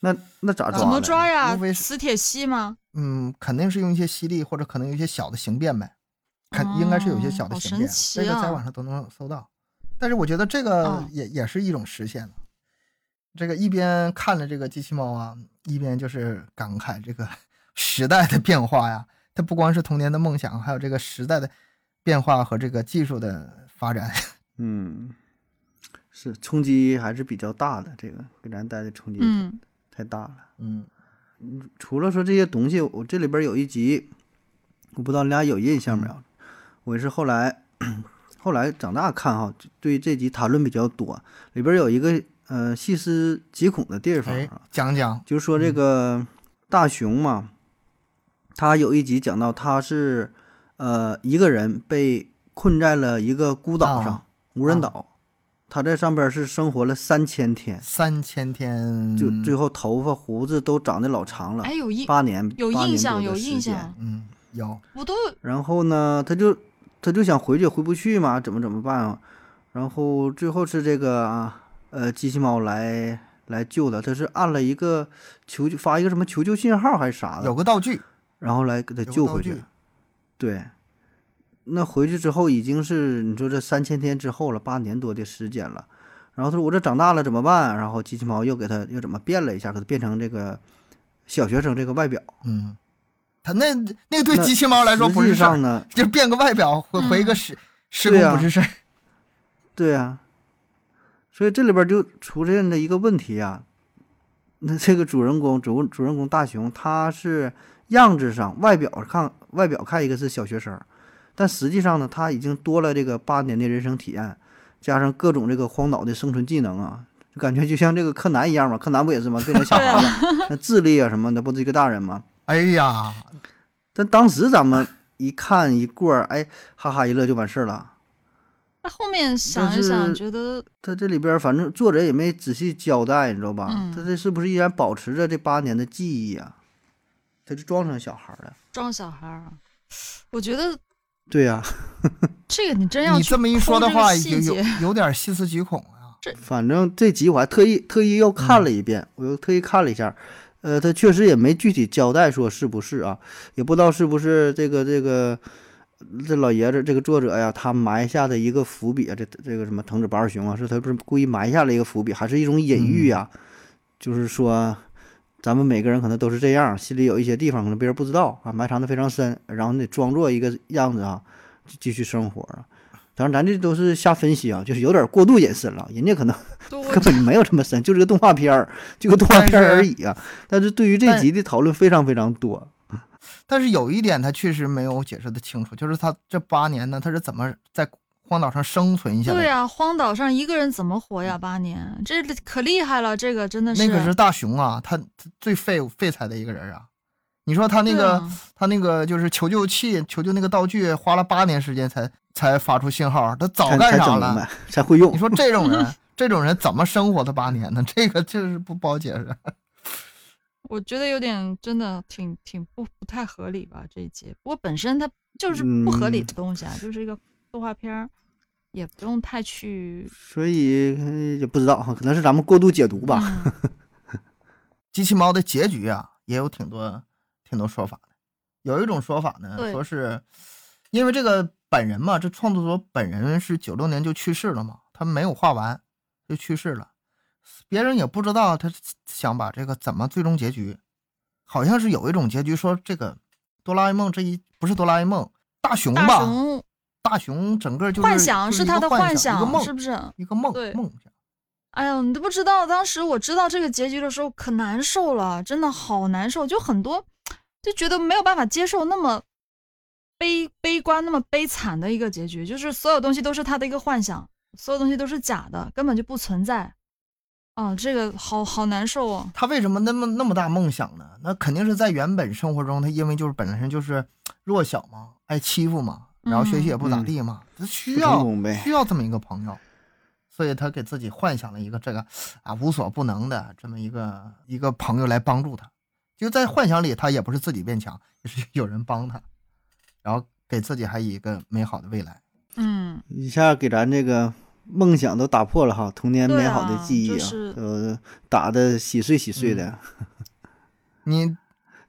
C: 那那咋抓？
B: 怎么抓？呀
A: 无非？是
B: 磁铁吸吗？
A: 嗯，肯定是用一些吸力，或者可能有一些小的形变呗，肯应该是有一些小的
B: 哦好
A: 形
B: 神
A: 变，
B: 奇
A: 这个在
B: 啊
A: 网上都能搜到。但是我觉得这个
B: 嗯
A: 也、也是一种实现了。这个一边看着这个机器猫啊，一边就是感慨这个 时代的变化呀。它不光是童年的梦想，还有这个时代的变化和这个技术的发展。
C: 嗯，是冲击还是比较大的，这个给咱带的冲击
B: 嗯
C: 太大了。
A: 嗯
C: 除了说这些东西，我这里边有一集，我不知道你俩有印象没有？我是后来后来长大看哈，就对这集谈论比较多，里边有一个呃细思极恐的地方
A: 哎嗯
C: 啊，，
A: 讲讲，
C: 就是说这个大熊嘛，他有一集讲到他是呃一个人被困在了一个孤岛上，
A: 啊
C: 无人
A: 啊
C: 岛，他在上边是生活了三千天，
A: 三千天，
C: 就最后头发胡子都长得老长了，
B: 哎，有印
C: 八年
B: 有
C: 八
B: 印
C: 年
B: 象，
C: 多
B: 有
C: 的时
B: 印
C: 间
B: 象，
A: 嗯有
B: 我都
C: 然后呢，他就他就想回去，回不去嘛，怎么怎么办啊？然后最后是这个啊，呃，机器猫来来救他，他是按了一个求救发一个什么求救信号还是啥的，
A: 有个道具，
C: 然后来给他
A: 有个
C: 救
A: 道
C: 回
A: 具
C: 去。对，那回去之后已经是你说这三千天之后了，八年多的时间了。然后他说我这长大了怎么办？然后机器猫又给他又怎么变了一下，给他变成这个小学生这个外表。
A: 嗯，他那那对
C: 那
A: 机器猫来说
C: 实
A: 不是
C: 际
A: 事儿
C: 上，呢，
A: 就变个外表回回
B: 嗯
A: 个时时
C: 对
A: 空
C: 啊
A: 不是事儿。
C: 对呀、所以这里边就出现了一个问题啊。那这个主人公主主人公大雄，他是样子上外表看外表看一个是小学生，但实际上呢，他已经多了这个八年的人生体验，加上各种这个荒岛的生存技能啊，就感觉就像这个柯南一样嘛，柯南不也是吗？变成小孩 子，那智力啊什么的，不是一个大人吗？
A: 哎呀，
C: 但当时咱们一看一过儿，哎，哈哈一乐就完事儿了。
B: 那后面想一
C: 是
B: 想，觉得
C: 他这里边儿反正作者也没仔细交代，你知道吧？
B: 嗯
C: 他这是不是依然保持着这八年的记忆啊？他就装成小孩儿了。
B: 装小孩儿啊，我觉得
C: 对呀、
B: 这个你真要
A: 你
B: 去
A: 这么一
B: 抠
A: 说的
B: 这个
A: 话，有
B: 细
A: 有
B: 节，
A: 有点细思极恐啊。
C: 反正这集我还特意特意又看了一遍，我又特意看了一下，呃，他确实也没具体交代说是不是啊，也不知道是不是这个这个这老爷子这个作者呀，他埋下的一个伏笔啊，这这个什么藤子不二雄啊，是他不是故意埋下了一个伏笔，还是一种隐喻呀、就是说。咱们每个人可能都是这样，心里有一些地方可能别人不知道啊，埋藏的非常深，然后你得装作一个样子啊，继继续生活啊。当然，咱这都是瞎分析啊，就是有点过度隐身了，人家可能
B: 对
C: 根本就没有这么深，就是个动画片儿，就个动画片儿而已啊。但是对于这
A: 但
C: 集的讨论非常非常多。
A: 但是有一点，他确实没有解释的清楚，就是他这八年呢，他是怎么在荒岛上生存下来
B: 对
A: 的？
B: 呀、荒岛上一个人怎么活呀？八年，这可厉害了，这个真的
A: 那可是大熊啊，他他最废废材的一个人啊。你说他那
B: 对
A: 个、
B: 啊
A: 他那个就是求救器、求救那个道具，花了八年时间才才发出信号，他早
C: 才
A: 干
C: 才整
A: 上
C: 明
A: 了。
C: 白，才会用
A: 你。说这种人，这种人怎么生活的八年呢？这个就是不不好解释。
B: 我觉得有点真的挺挺不不太合理吧这一集。不过本身它就是不合
A: 嗯
B: 理的东西啊，就是一个动画片儿，也不用太去
C: 所以呃也不知道哈，可能是咱们过度解读吧。
B: 嗯
A: 机器猫的结局啊，也有挺多挺多说法的。有一种说法呢，
B: 对
A: 说是因为这个本人嘛，这创作者本人是九六年就去世了嘛，他没有画完就去世了，别人也不知道他想把这个怎么最终结局。好像是有一种结局说这个哆啦 A 梦这一不是哆啦 A 梦，大雄吧，
B: 大熊
A: 大雄整个就是
B: 幻想
A: 就是是
B: 他
A: 一
B: 的
A: 个
B: 幻
A: 幻
B: 想，
A: 一个
B: 是
A: 梦，
B: 不是？
A: 一个梦
B: 对
A: 梦想。
B: 哎呦，你都不知道，当时我知道这个结局的时候可难受了，真的好难受，就很多就觉得没有办法接受那么悲悲观、那么悲惨的一个结局，就是所有东西都是他的一个幻想，所有东西都是假的，根本就不存在。哦，这个好好难受哦。
A: 他为什么那么那么大梦想呢？那肯定是在原本生活中，他因为就是本身就是弱小嘛，挨欺负嘛，然后学习也不咋地嘛，他需
C: 普
A: 要
C: 通呗
A: 需要这么一个朋友，所以他给自己幻想了一个这个啊无所不能的这么一个一个朋友来帮助他。就在幻想里，他也不是自己变强，也是有人帮他，然后给自己还一个美好的未来。
B: 嗯，
C: 一下给咱这个梦想都打破了哈，童年
B: 对
C: 美好的
B: 啊
C: 记忆
B: 就
C: 啊，
B: 是嗯
C: 呃，打的稀碎稀碎的。
A: 你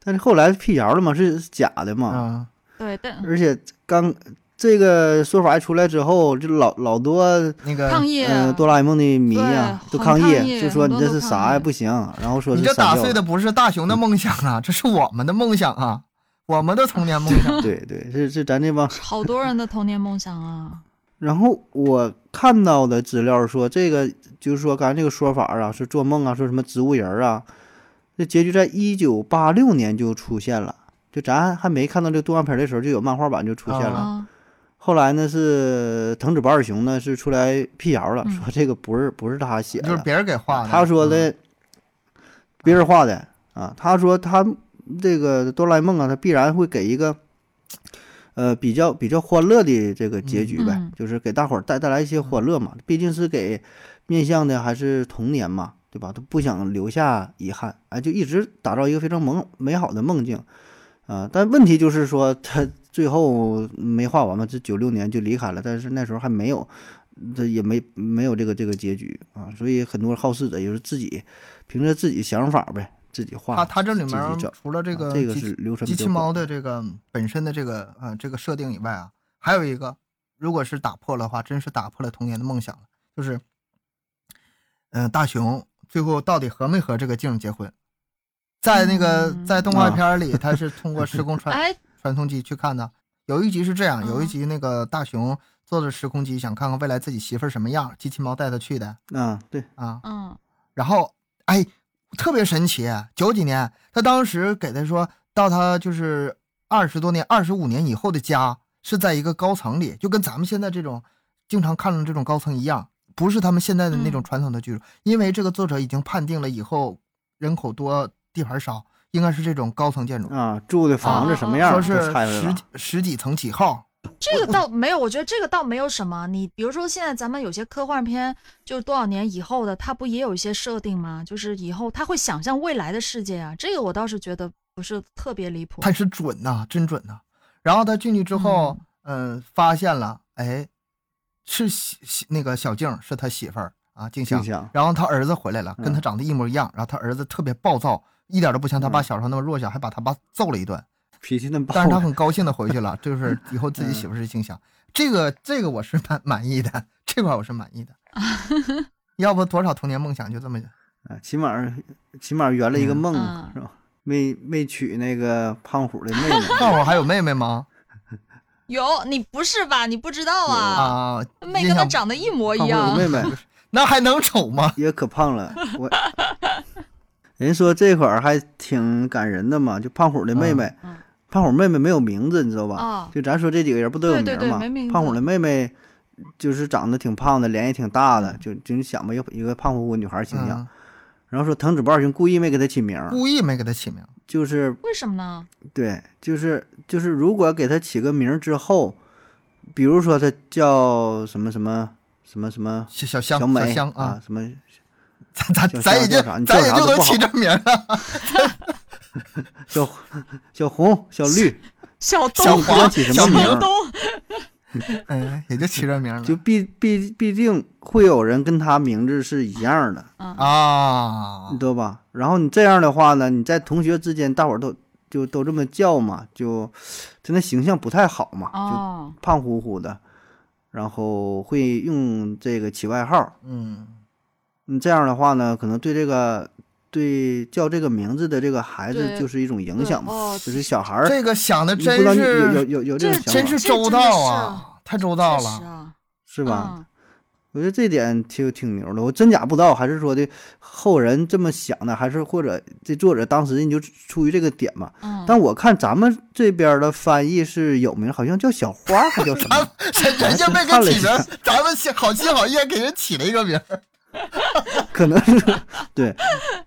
C: 但是后来辟谣了嘛，是假的嘛，
B: 啊
A: 嗯，
B: 对，但
C: 而且刚这个说法一出来之后，这老老多
A: 嗯那个
B: 抗议、
C: 呃哆啦 A 梦的迷啊
B: 啊对
C: 都
B: 很
C: 抗
B: 抗议
C: 就说
B: 很
C: 你
B: 多
C: 这
B: 都
C: 是
B: 抗
C: 啥
B: 议
C: 呀？不行，然后说
A: 你
C: 是啊嗯
A: 这
C: 散
A: 打
C: 掉
A: 碎的
C: 了。
A: 不是大雄的梦想啊，这是我们的梦想啊，我们的童年梦 想。
C: 对对，是是咱这帮。
B: 好多人的童年梦想啊。
C: 然后我看到的资料说，这个就是说刚才这个说法啊，是做梦啊，说什么植物人儿啊，这结局在一九八六年就出现了。就咱还没看到这动画片的时候，就有漫画版就出现了。
A: 啊
B: 啊，
C: 后来呢，是藤子不二雄呢是出来辟谣了，
B: 嗯
C: 说这个不是不是他写的，
A: 就是别人给画的。
C: 啊他说
A: 嗯，
C: 的，别人画的啊。他说他这个哆啦 A 梦啊，他必然会给一个呃比较比较欢乐的这个结局呗，
B: 嗯嗯
C: 就是给大伙儿带带来一些欢乐嘛。毕竟是给面向的还是童年嘛，对吧？他不想留下遗憾，哎，就一直打造一个非常萌美好的梦境啊。但问题就是说他。最后没画完嘛，这九六年就离开了，但是那时候还没有这也没没有这个这个结局啊，所以很多好事者也是自己凭着自己想法呗，自己画
A: 他他这里
C: 自己
A: 面
C: 整
A: 除了这
C: 啊
A: 个
C: 这个
A: 机
C: 是流程
A: 机
C: 比
A: 器
C: 较
A: 猫
C: 广
A: 的这个本身的这个呃这个设定以外啊，还有一个，如果是打破了的话，真是打破了童年的梦想了。就是，嗯、大雄最后到底和没和这个静结婚？在那个、
B: 嗯
A: 在动画
C: 啊
A: 片儿里，他是通过时空穿
B: 哎，
A: 传送机去看的。有一集是这样，有一
B: 嗯
A: 集那个大雄坐着时空机，想看看未来自己媳妇儿什么样，机器猫带他去的
C: 啊，对，
A: 啊。
B: 嗯，
A: 然后，哎，特别神奇，啊九几年，他当时给他说到他就是二十多年、二十五年以后的家是在一个高层里，就跟咱们现在这种经常看到这种高层一样，不是他们现在的那种
B: 嗯
A: 传统的居住，因为这个作者已经判定了以后人口多、地盘少，应该是这种高层建
B: 嗯
A: 筑。
C: 啊，住的房子什么样
A: 说
C: 儿
A: 是
C: 都拆了啊
A: 十
C: 吧
A: 几，十几层几号，
B: 这个倒没有，我觉得这个倒没有什么。你比如说，现在咱们有些科幻片，就多少年以后的，它不也有一些设定吗？就是以后他会想象未来的世界啊，这个我倒是觉得不是特别离谱。
A: 他是准呐、真准呐、然后他进去之后，嗯、发现了，哎，是媳媳那个小静是他媳妇儿啊，静香
C: 静香
A: 然后他儿子回来了，跟他
C: 嗯
A: 长得一模一样。然后他儿子特别暴躁，一点都不像他爸
C: 嗯
A: 小时候那么弱小，还把他爸揍了一顿。
C: 脾气那么暴
A: 但是他很高兴的回去了， 就是以后自己媳妇儿是静香。这个这个我是满满意的， 这块我是满意的。要不多少童年梦想就这么
C: 啊，起码儿起码儿圆了一个
A: 嗯
C: 梦嘛
B: 嗯
C: 是吧？没没娶那个胖虎的妹妹
A: 胖虎还有妹妹吗？
B: 有你不是吧？你不知道啊？
A: 啊，
B: 妹
A: 印
B: 跟他
A: 象
B: 长得一模一
A: 胖虎有
C: 我
B: 样。
C: 妹妹
A: 那还能丑吗？
C: 也可胖了，我人说这会儿还挺感人的嘛，就胖虎的妹妹
B: 嗯嗯，
C: 胖虎妹妹没有名字，你知道吧？
B: 啊
C: 就咱说这几个人不都有名
B: 对对对
C: 嘛？
B: 没名字
C: 胖虎的妹妹就是长得挺胖的，脸也挺大的，就就你想吧，一个一个胖乎乎女孩形象。
A: 嗯
C: 然后说藤子不二雄故意没给她起名儿，
A: 故意没给他起名。
C: 就是
B: 为什么呢？
C: 对，就是就是，如果给她起个名儿之后，比如说她叫什么什么什么什么
A: 小小香
C: 小
A: 小
C: 美
A: 香
C: 啊，，什么
A: 咱咱
C: 小
A: 咱
C: 香
A: 也
C: 叫
A: 就
C: 啥
A: 咱
C: 你叫
A: 也
C: 啥
A: 就
C: 都
A: 能
C: 不
A: 起
C: 好
A: 这名儿 了，
C: 小 小红、小绿，
B: 小
A: 小
B: 东，
C: 不知道
A: 黄
C: 起什
A: 小
C: 么
A: 明
C: 名
B: 小
C: 儿，
B: 东，
A: 嗯，也就起这名儿
C: 就
A: 了
C: 必必必定会有人跟他名字是一样的，
A: 啊
C: 你。知道吧？然后你这样的话呢，你在同学之间，大伙儿都就都这么叫嘛，就真的形象不太好嘛，就
B: 哦，
C: 胖乎乎的，然后会用这个起外号。
A: 嗯，
C: 你这样的话呢，可能对这个对叫这个名字的这个孩子
B: 对
C: 就是一种影
B: 对
C: 响嘛，
B: 哦
C: 就是小孩儿，
A: 这个想的
C: 你
A: 真
C: 不知道你有有
A: 是
C: 有有这种
B: 这
C: 想
A: 真
C: 法
A: 是
B: 这真
A: 周
B: 的
A: 到
B: 是
A: 啊，太周到
B: 确实
A: 了。
B: 啊，
C: 是吧？
B: 嗯？
C: 我觉得这点挺挺牛的，我真假不知道，还是说的后人这么想的，还是或者这作者当时你就出于这个点嘛？
B: 嗯，
C: 但我看咱们这边的翻译是有名，好像叫小花，还叫什么？
A: 人人家没给
C: 看了
A: 起
C: 一
A: 名儿
C: 下，
A: 咱们先好心好意给人起了一个名儿。
C: 可能是 对。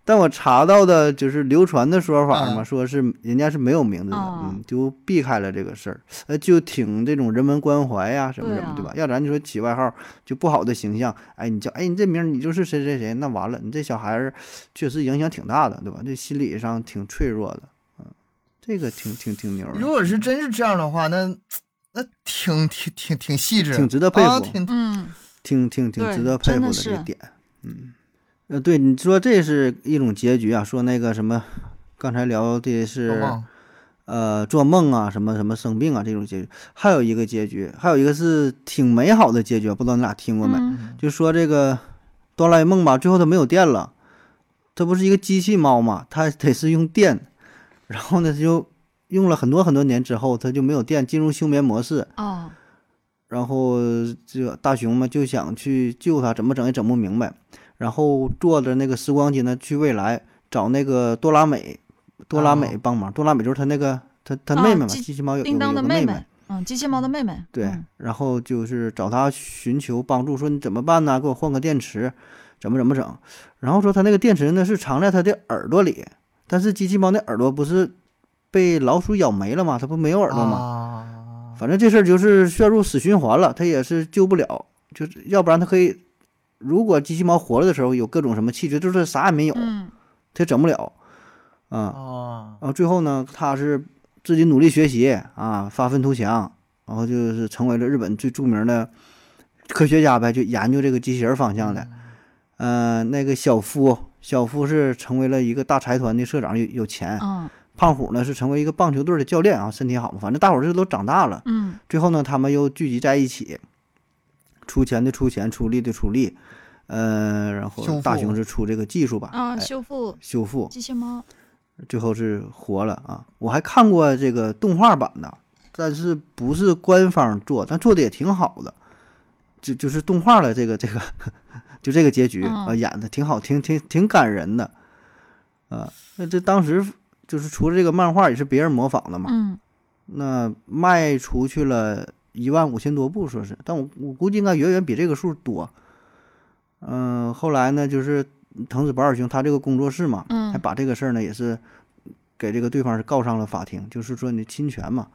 C: 但我查到的就是流传的说法嘛，
A: 嗯
C: 说是人家是没有名字的，
B: 嗯
C: 嗯，就避开了这个事儿，呃，就挺这种人文关怀呀、什么
B: 对
C: 什么，对
B: 啊
C: 吧？要不然你说起外号就不好的形象，哎，你叫哎你这名儿你就是谁谁谁，那完了，你这小孩儿确实影响挺大的，对吧？这心理上挺脆弱的，嗯，这个挺挺挺牛的，
A: 如果是真是这样的话，那那挺挺挺挺细致，
C: 挺值得佩
A: 啊
C: 服
A: 挺
B: 嗯，
C: 挺挺挺
B: 对
C: 值得佩
B: 真
C: 服
B: 的
C: 的这
B: 是
C: 点。嗯，呃，对，你说这是一种结局啊，说那个什么，刚才聊的
A: 好
C: 是
A: 棒
C: 呃做梦啊，什么什么生病啊这种结局，还有一个结局，还有一个是挺美好的结局，不知道你俩听过没？
B: 嗯
C: 就说这个哆啦 A 梦吧，最后它没有电了，它不是一个机器猫嘛，它得是用电，然后呢它就用了很多很多年之后，它就没有电，进入休眠模式，
B: 哦，
C: 然后这大雄嘛就想去救他，怎么整也整不明白。然后坐着那个时光机呢去未来找那个多拉美，多拉美
A: 哦
C: 帮忙。多拉美就是他那个他他
B: 啊
C: 妹妹嘛，
B: 机
C: 机器猫有有
B: 叮
C: 有
B: 当
C: 个
B: 的妹
C: 妹
B: 妹，，嗯，机器猫的妹妹，
C: 对
B: 嗯。
C: 然后就是找他寻求帮助，说你怎么办呢？给我换个电池，怎么怎么整？然后说他那个电池呢是藏在他的耳朵里，但是机器猫的耳朵不是被老鼠咬没了吗？它不没有耳朵吗？
A: 啊
C: 反正这事儿就是陷入死循环了，他也是救不了，就是要不然他可以，如果机器猫活着的时候有各种什么器具，就是啥也没有，
B: 嗯，
C: 他整不了，啊、
A: 啊
C: 然后最后呢，他是自己努力学习啊，发愤图强，然后就是成为了日本最著名的科学家呗，就研究这个机器人儿方向的。
B: 嗯
C: 呃，那个小夫，小夫是成为了一个大财团的社长，有有钱。
B: 嗯
C: 胖虎呢是成为一个棒球队的教练啊，身体好嘛，反正大伙儿这都长大了。
B: 嗯
C: 最后呢，他们又聚集在一起，出钱的出钱，出力的出力，呃，然
A: 修
C: 后
A: 复嗯
C: 大雄是出这个技术吧，
B: 啊，
C: 哎
B: 修复
C: 修复，
B: 机器猫，
C: 最后是活了啊！我还看过这个动画版的，但是不是官方做，但做的也挺好的，就就是动画的这个这个，就这个结局啊、
B: 嗯
C: 演的挺好，挺挺挺感人的，啊，那这当时就是除了这个漫画也是别人模仿的嘛，
B: 嗯
C: 那卖出去了一万五千多部，说是，但我我估计应该远远比这个数多。嗯、后来呢，就是藤子不二雄他这个工作室嘛，
B: 嗯
C: 还把这个事儿呢也是给这个对方是告上了法庭，就是说你侵权嘛。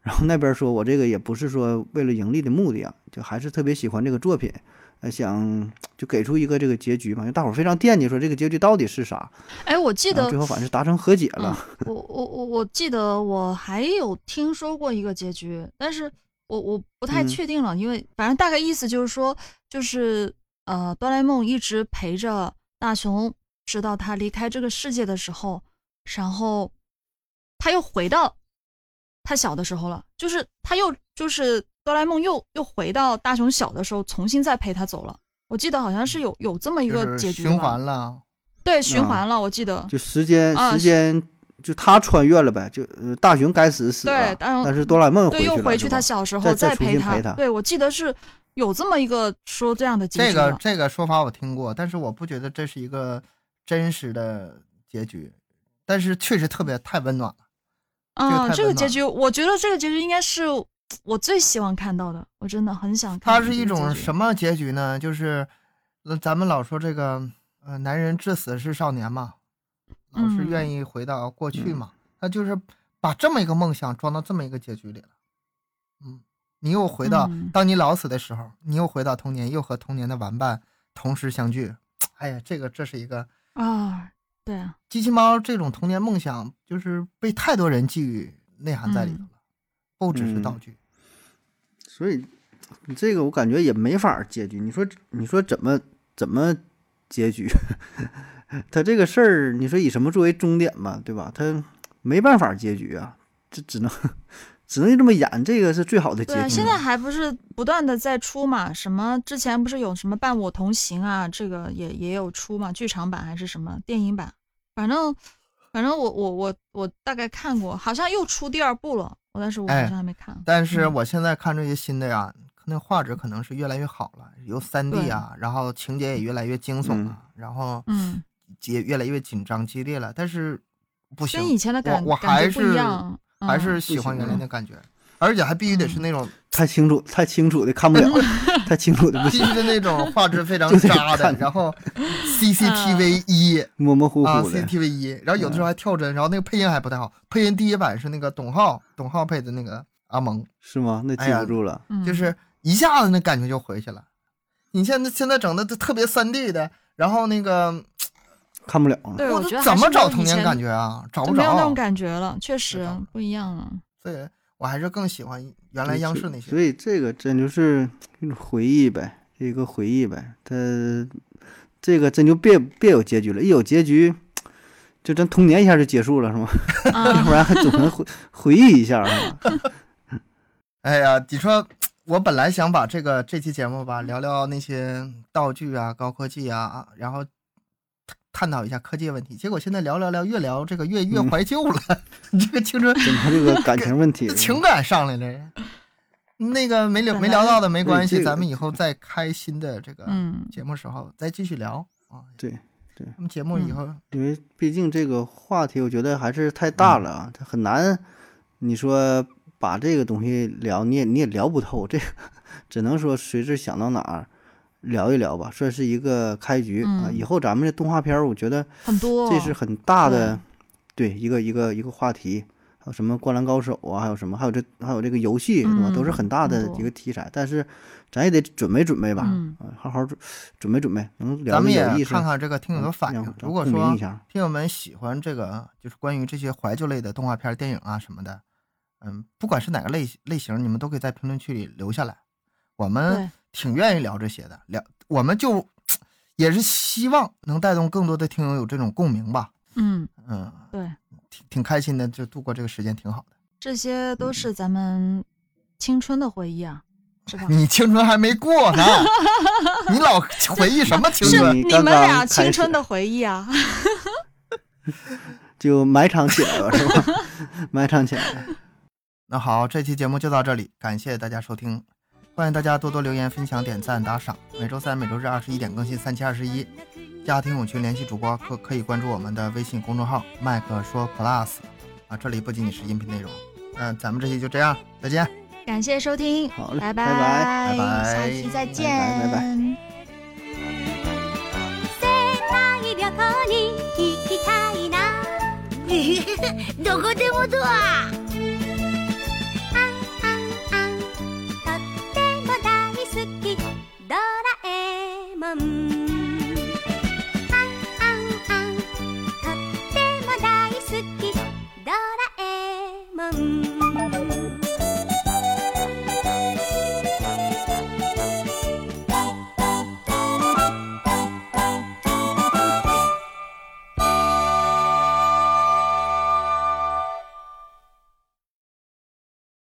C: 然后那边说我这个也不是说为了盈利的目的啊，就还是特别喜欢这个作品，呃，想就给出一个这个结局嘛，因为大伙儿非常惦记说这个结局到底是啥。
B: 哎，我记
C: 然后
B: 得
C: 最后反正是达成和解了。
B: 我我我我记得我还有听说过一个结局，但是我我不太
C: 嗯
B: 确定了，因为反正大概意思就是说，就是呃，哆啦 A 梦一直陪着大雄，直到他离开这个世界的时候，然后他又回到他小的时候了，就是他又就是哆啦 A 梦又又回到大雄小的时候，重新再陪他走了。我记得好
C: 嗯
B: 像是有有这么一
A: 就是
B: 个结局吧，
A: 循环了，
B: 对循
C: 啊
B: 环了，我记得
C: 就时间
B: 啊
C: 时
B: 是
C: 间就他穿越了呗，就呃大雄该死死了
B: 对，大雄
C: 但是哆啦 A 梦回
B: 对，
C: 去了，
B: 又回去
C: 是
B: 他
C: 吧
B: 小时候
C: 再再重
B: 陪
C: 新陪他
B: 对，我记得是有这么一个说这样的结
A: 这
B: 局
A: 个
B: 的
A: 这个说法我听过，但是我不觉得这是一个真实的结局，但是确实特别太温暖了。个
B: 啊，
A: 太
B: 这个
A: 温
B: 结
A: 暖
B: 局，我觉得这个结局应该是我最希望看到的，我真的很想看
A: 它
B: 到
A: 是
B: 这
A: 一
B: 嗯个结
A: 种
B: 局
A: 什么结局呢？就是，呃，咱们老说这个，呃，男人至死是少年嘛，老是
B: 嗯
A: 愿意回到过去
C: 嗯
A: 嘛，他就是把这么一个梦想装到这么一个结局里了。嗯，你又回到、
B: 嗯
A: 当你老死的时候，你又回到童年，又和童年的玩伴同时相聚。哎呀，这个这是一个
B: 啊，对啊，
A: 机器猫这种童年梦想，就是被太多人寄予内涵在里头
B: 嗯
A: 了，不只是
C: 嗯
A: 道具。
C: 所以你这个我感觉也没法儿结局。你说你说怎么怎么结局？ 他这个事儿，你说以什么作为终点嘛，对吧？他没办法结局啊，这只能只能就这么演，这个是最好的
B: 对
C: 结局
B: 啊，
C: 了。
B: 现在还不是不断的在出嘛？什么之前不是有什么伴我同行啊，这个也也有出嘛，剧场版还是什么电影版，反正反正我我我我大概看过，好像又出第二部了，我但是我好
A: 哎
B: 像还没看。
A: 但是
B: 嗯
A: 我现在看这些新的呀，那画质可能是越来越好了，由三 D
B: 对
A: 啊，然后情节也越来越惊悚啊，然后
B: 嗯，
A: 也越来越紧张激烈了。但是不行
B: 跟，以前的感
A: 我我
B: 感
A: 还
B: 觉不一
A: 是
B: 样，嗯
A: 还是喜欢原
C: 啊
A: 来的感觉，而且还必须得是那 种
C: 太清楚，太清楚的 看不了，太清楚的不
A: 必
C: 行，
A: 须是那种画质非常
C: 就得
A: 渣的，
C: 看
A: 然后 CCTV
B: 嗯
A: 一
C: 模模糊
A: 啊
C: 糊的。
A: ，CCTV 一，然后有的时候还跳帧，然后那个配音还不太好，配音第一版是那个董浩，董浩配的那个阿蒙，
C: 是吗？那
A: 哎
C: 记
A: 呀
C: 不住了。
B: 嗯
A: 就是一下子那感觉就回去了。你现在现在整的都特别三 D 的，然后那个
C: 看不了了。
B: 对，
A: 我
B: 我
A: 都
B: 觉得
A: 怎
B: 还是
A: 么
B: 没有
A: 找
B: 以
A: 童年
B: 前
A: 感觉啊？找
B: 就
A: 不
B: 没有那种
A: 着，
B: 感觉了，确实
A: 找不
B: 不一样了。
A: 所以我还是更喜欢原来央视那
C: 所
A: 些。
C: 以这个真就是一种回忆呗，一个回忆呗。他这个真就别别有结局了，一有结局，就咱童年一下就结束了，是吗？ 要
B: 啊
C: 不，然还总能回回忆一下，啊是吧？
A: 哎呀，你说我本来想把这个这期节目吧聊聊那些道具啊、高科技啊，然后探探讨一下科技问题，结果现在聊聊聊，越聊这个越越
C: 嗯
A: 怀旧了， 这个青春。
C: 怎么这个感情问题啊
A: 这？ 情感上来了。那个没聊
B: 本
A: 没
B: 来
A: 聊到的没关
C: 对
A: 系，
C: 这个
A: 咱们以后再开新的这个
B: 嗯，
A: 节目时候再继续聊啊。
C: 对，
A: 咱们节目以后
C: 因为毕竟这个话题，我觉得还是太大了啊，它很难。你说把这个东西聊，你也你也聊不透，这个只能说随之想到哪儿聊一聊吧，算是一个开局、啊。
B: 嗯
C: 以后咱们这动画片儿，我觉得
B: 很多
C: 这是很大的，对一个一个一个话题。还有什么《灌篮高手》啊，还有什么，还有这还有这个游戏，对吧？都是很大
B: 嗯很
C: 的一
B: 多
C: 个题材，但是咱也得准备准备吧，
B: 嗯
C: 啊，好好准准备准备，能聊
A: 咱
C: 得
A: 们也
C: 有意思。嗯
A: 看看这个听友的反
C: 让
A: 应
C: 让。
A: 如果
C: 共鸣
A: 说
C: 一下
A: 听友们喜欢这个，就是关于这些怀旧类的动画片、电影啊什么的，嗯，不管是哪个类类型，你们都可以在评论区里留下来。我们
B: 对
A: 挺愿意聊这些的，聊我们就也是希望能带动更多的听友有这种共鸣吧。
B: 嗯，
A: 嗯，
B: 对。
A: 挺挺开心的，就度过这个时间挺好的。
B: 这些
A: 嗯
B: 都是咱们青春的回忆啊，是
C: 嗯
B: 吧？
A: 你青春还没过呢，你老回忆什么青
B: 是
A: 春？
C: 你
B: 你
C: 刚
B: 们俩
C: 刚开
B: 青春
C: 始
B: 的回忆啊，
C: 就埋藏起来了，是吧？ 埋藏起来了。
A: 那好，这期节目就到这里，感谢大家收听，欢迎大家多多留言、分享、点赞、打赏。每周三、每周日二十一点更新三七二十一，家庭友群联系主播可可以关注我们的微信公众号“麦克说 Plus”，啊，这里不仅仅是音频内容。嗯、咱们这期就这样，再见。
B: 感谢收听，
C: 好嘞
B: 拜
C: 拜拜
A: 拜
B: 下
A: 拜
B: 期再见，
C: 拜拜拜
D: 世界 旅行に行きたいな
E: どこでもドア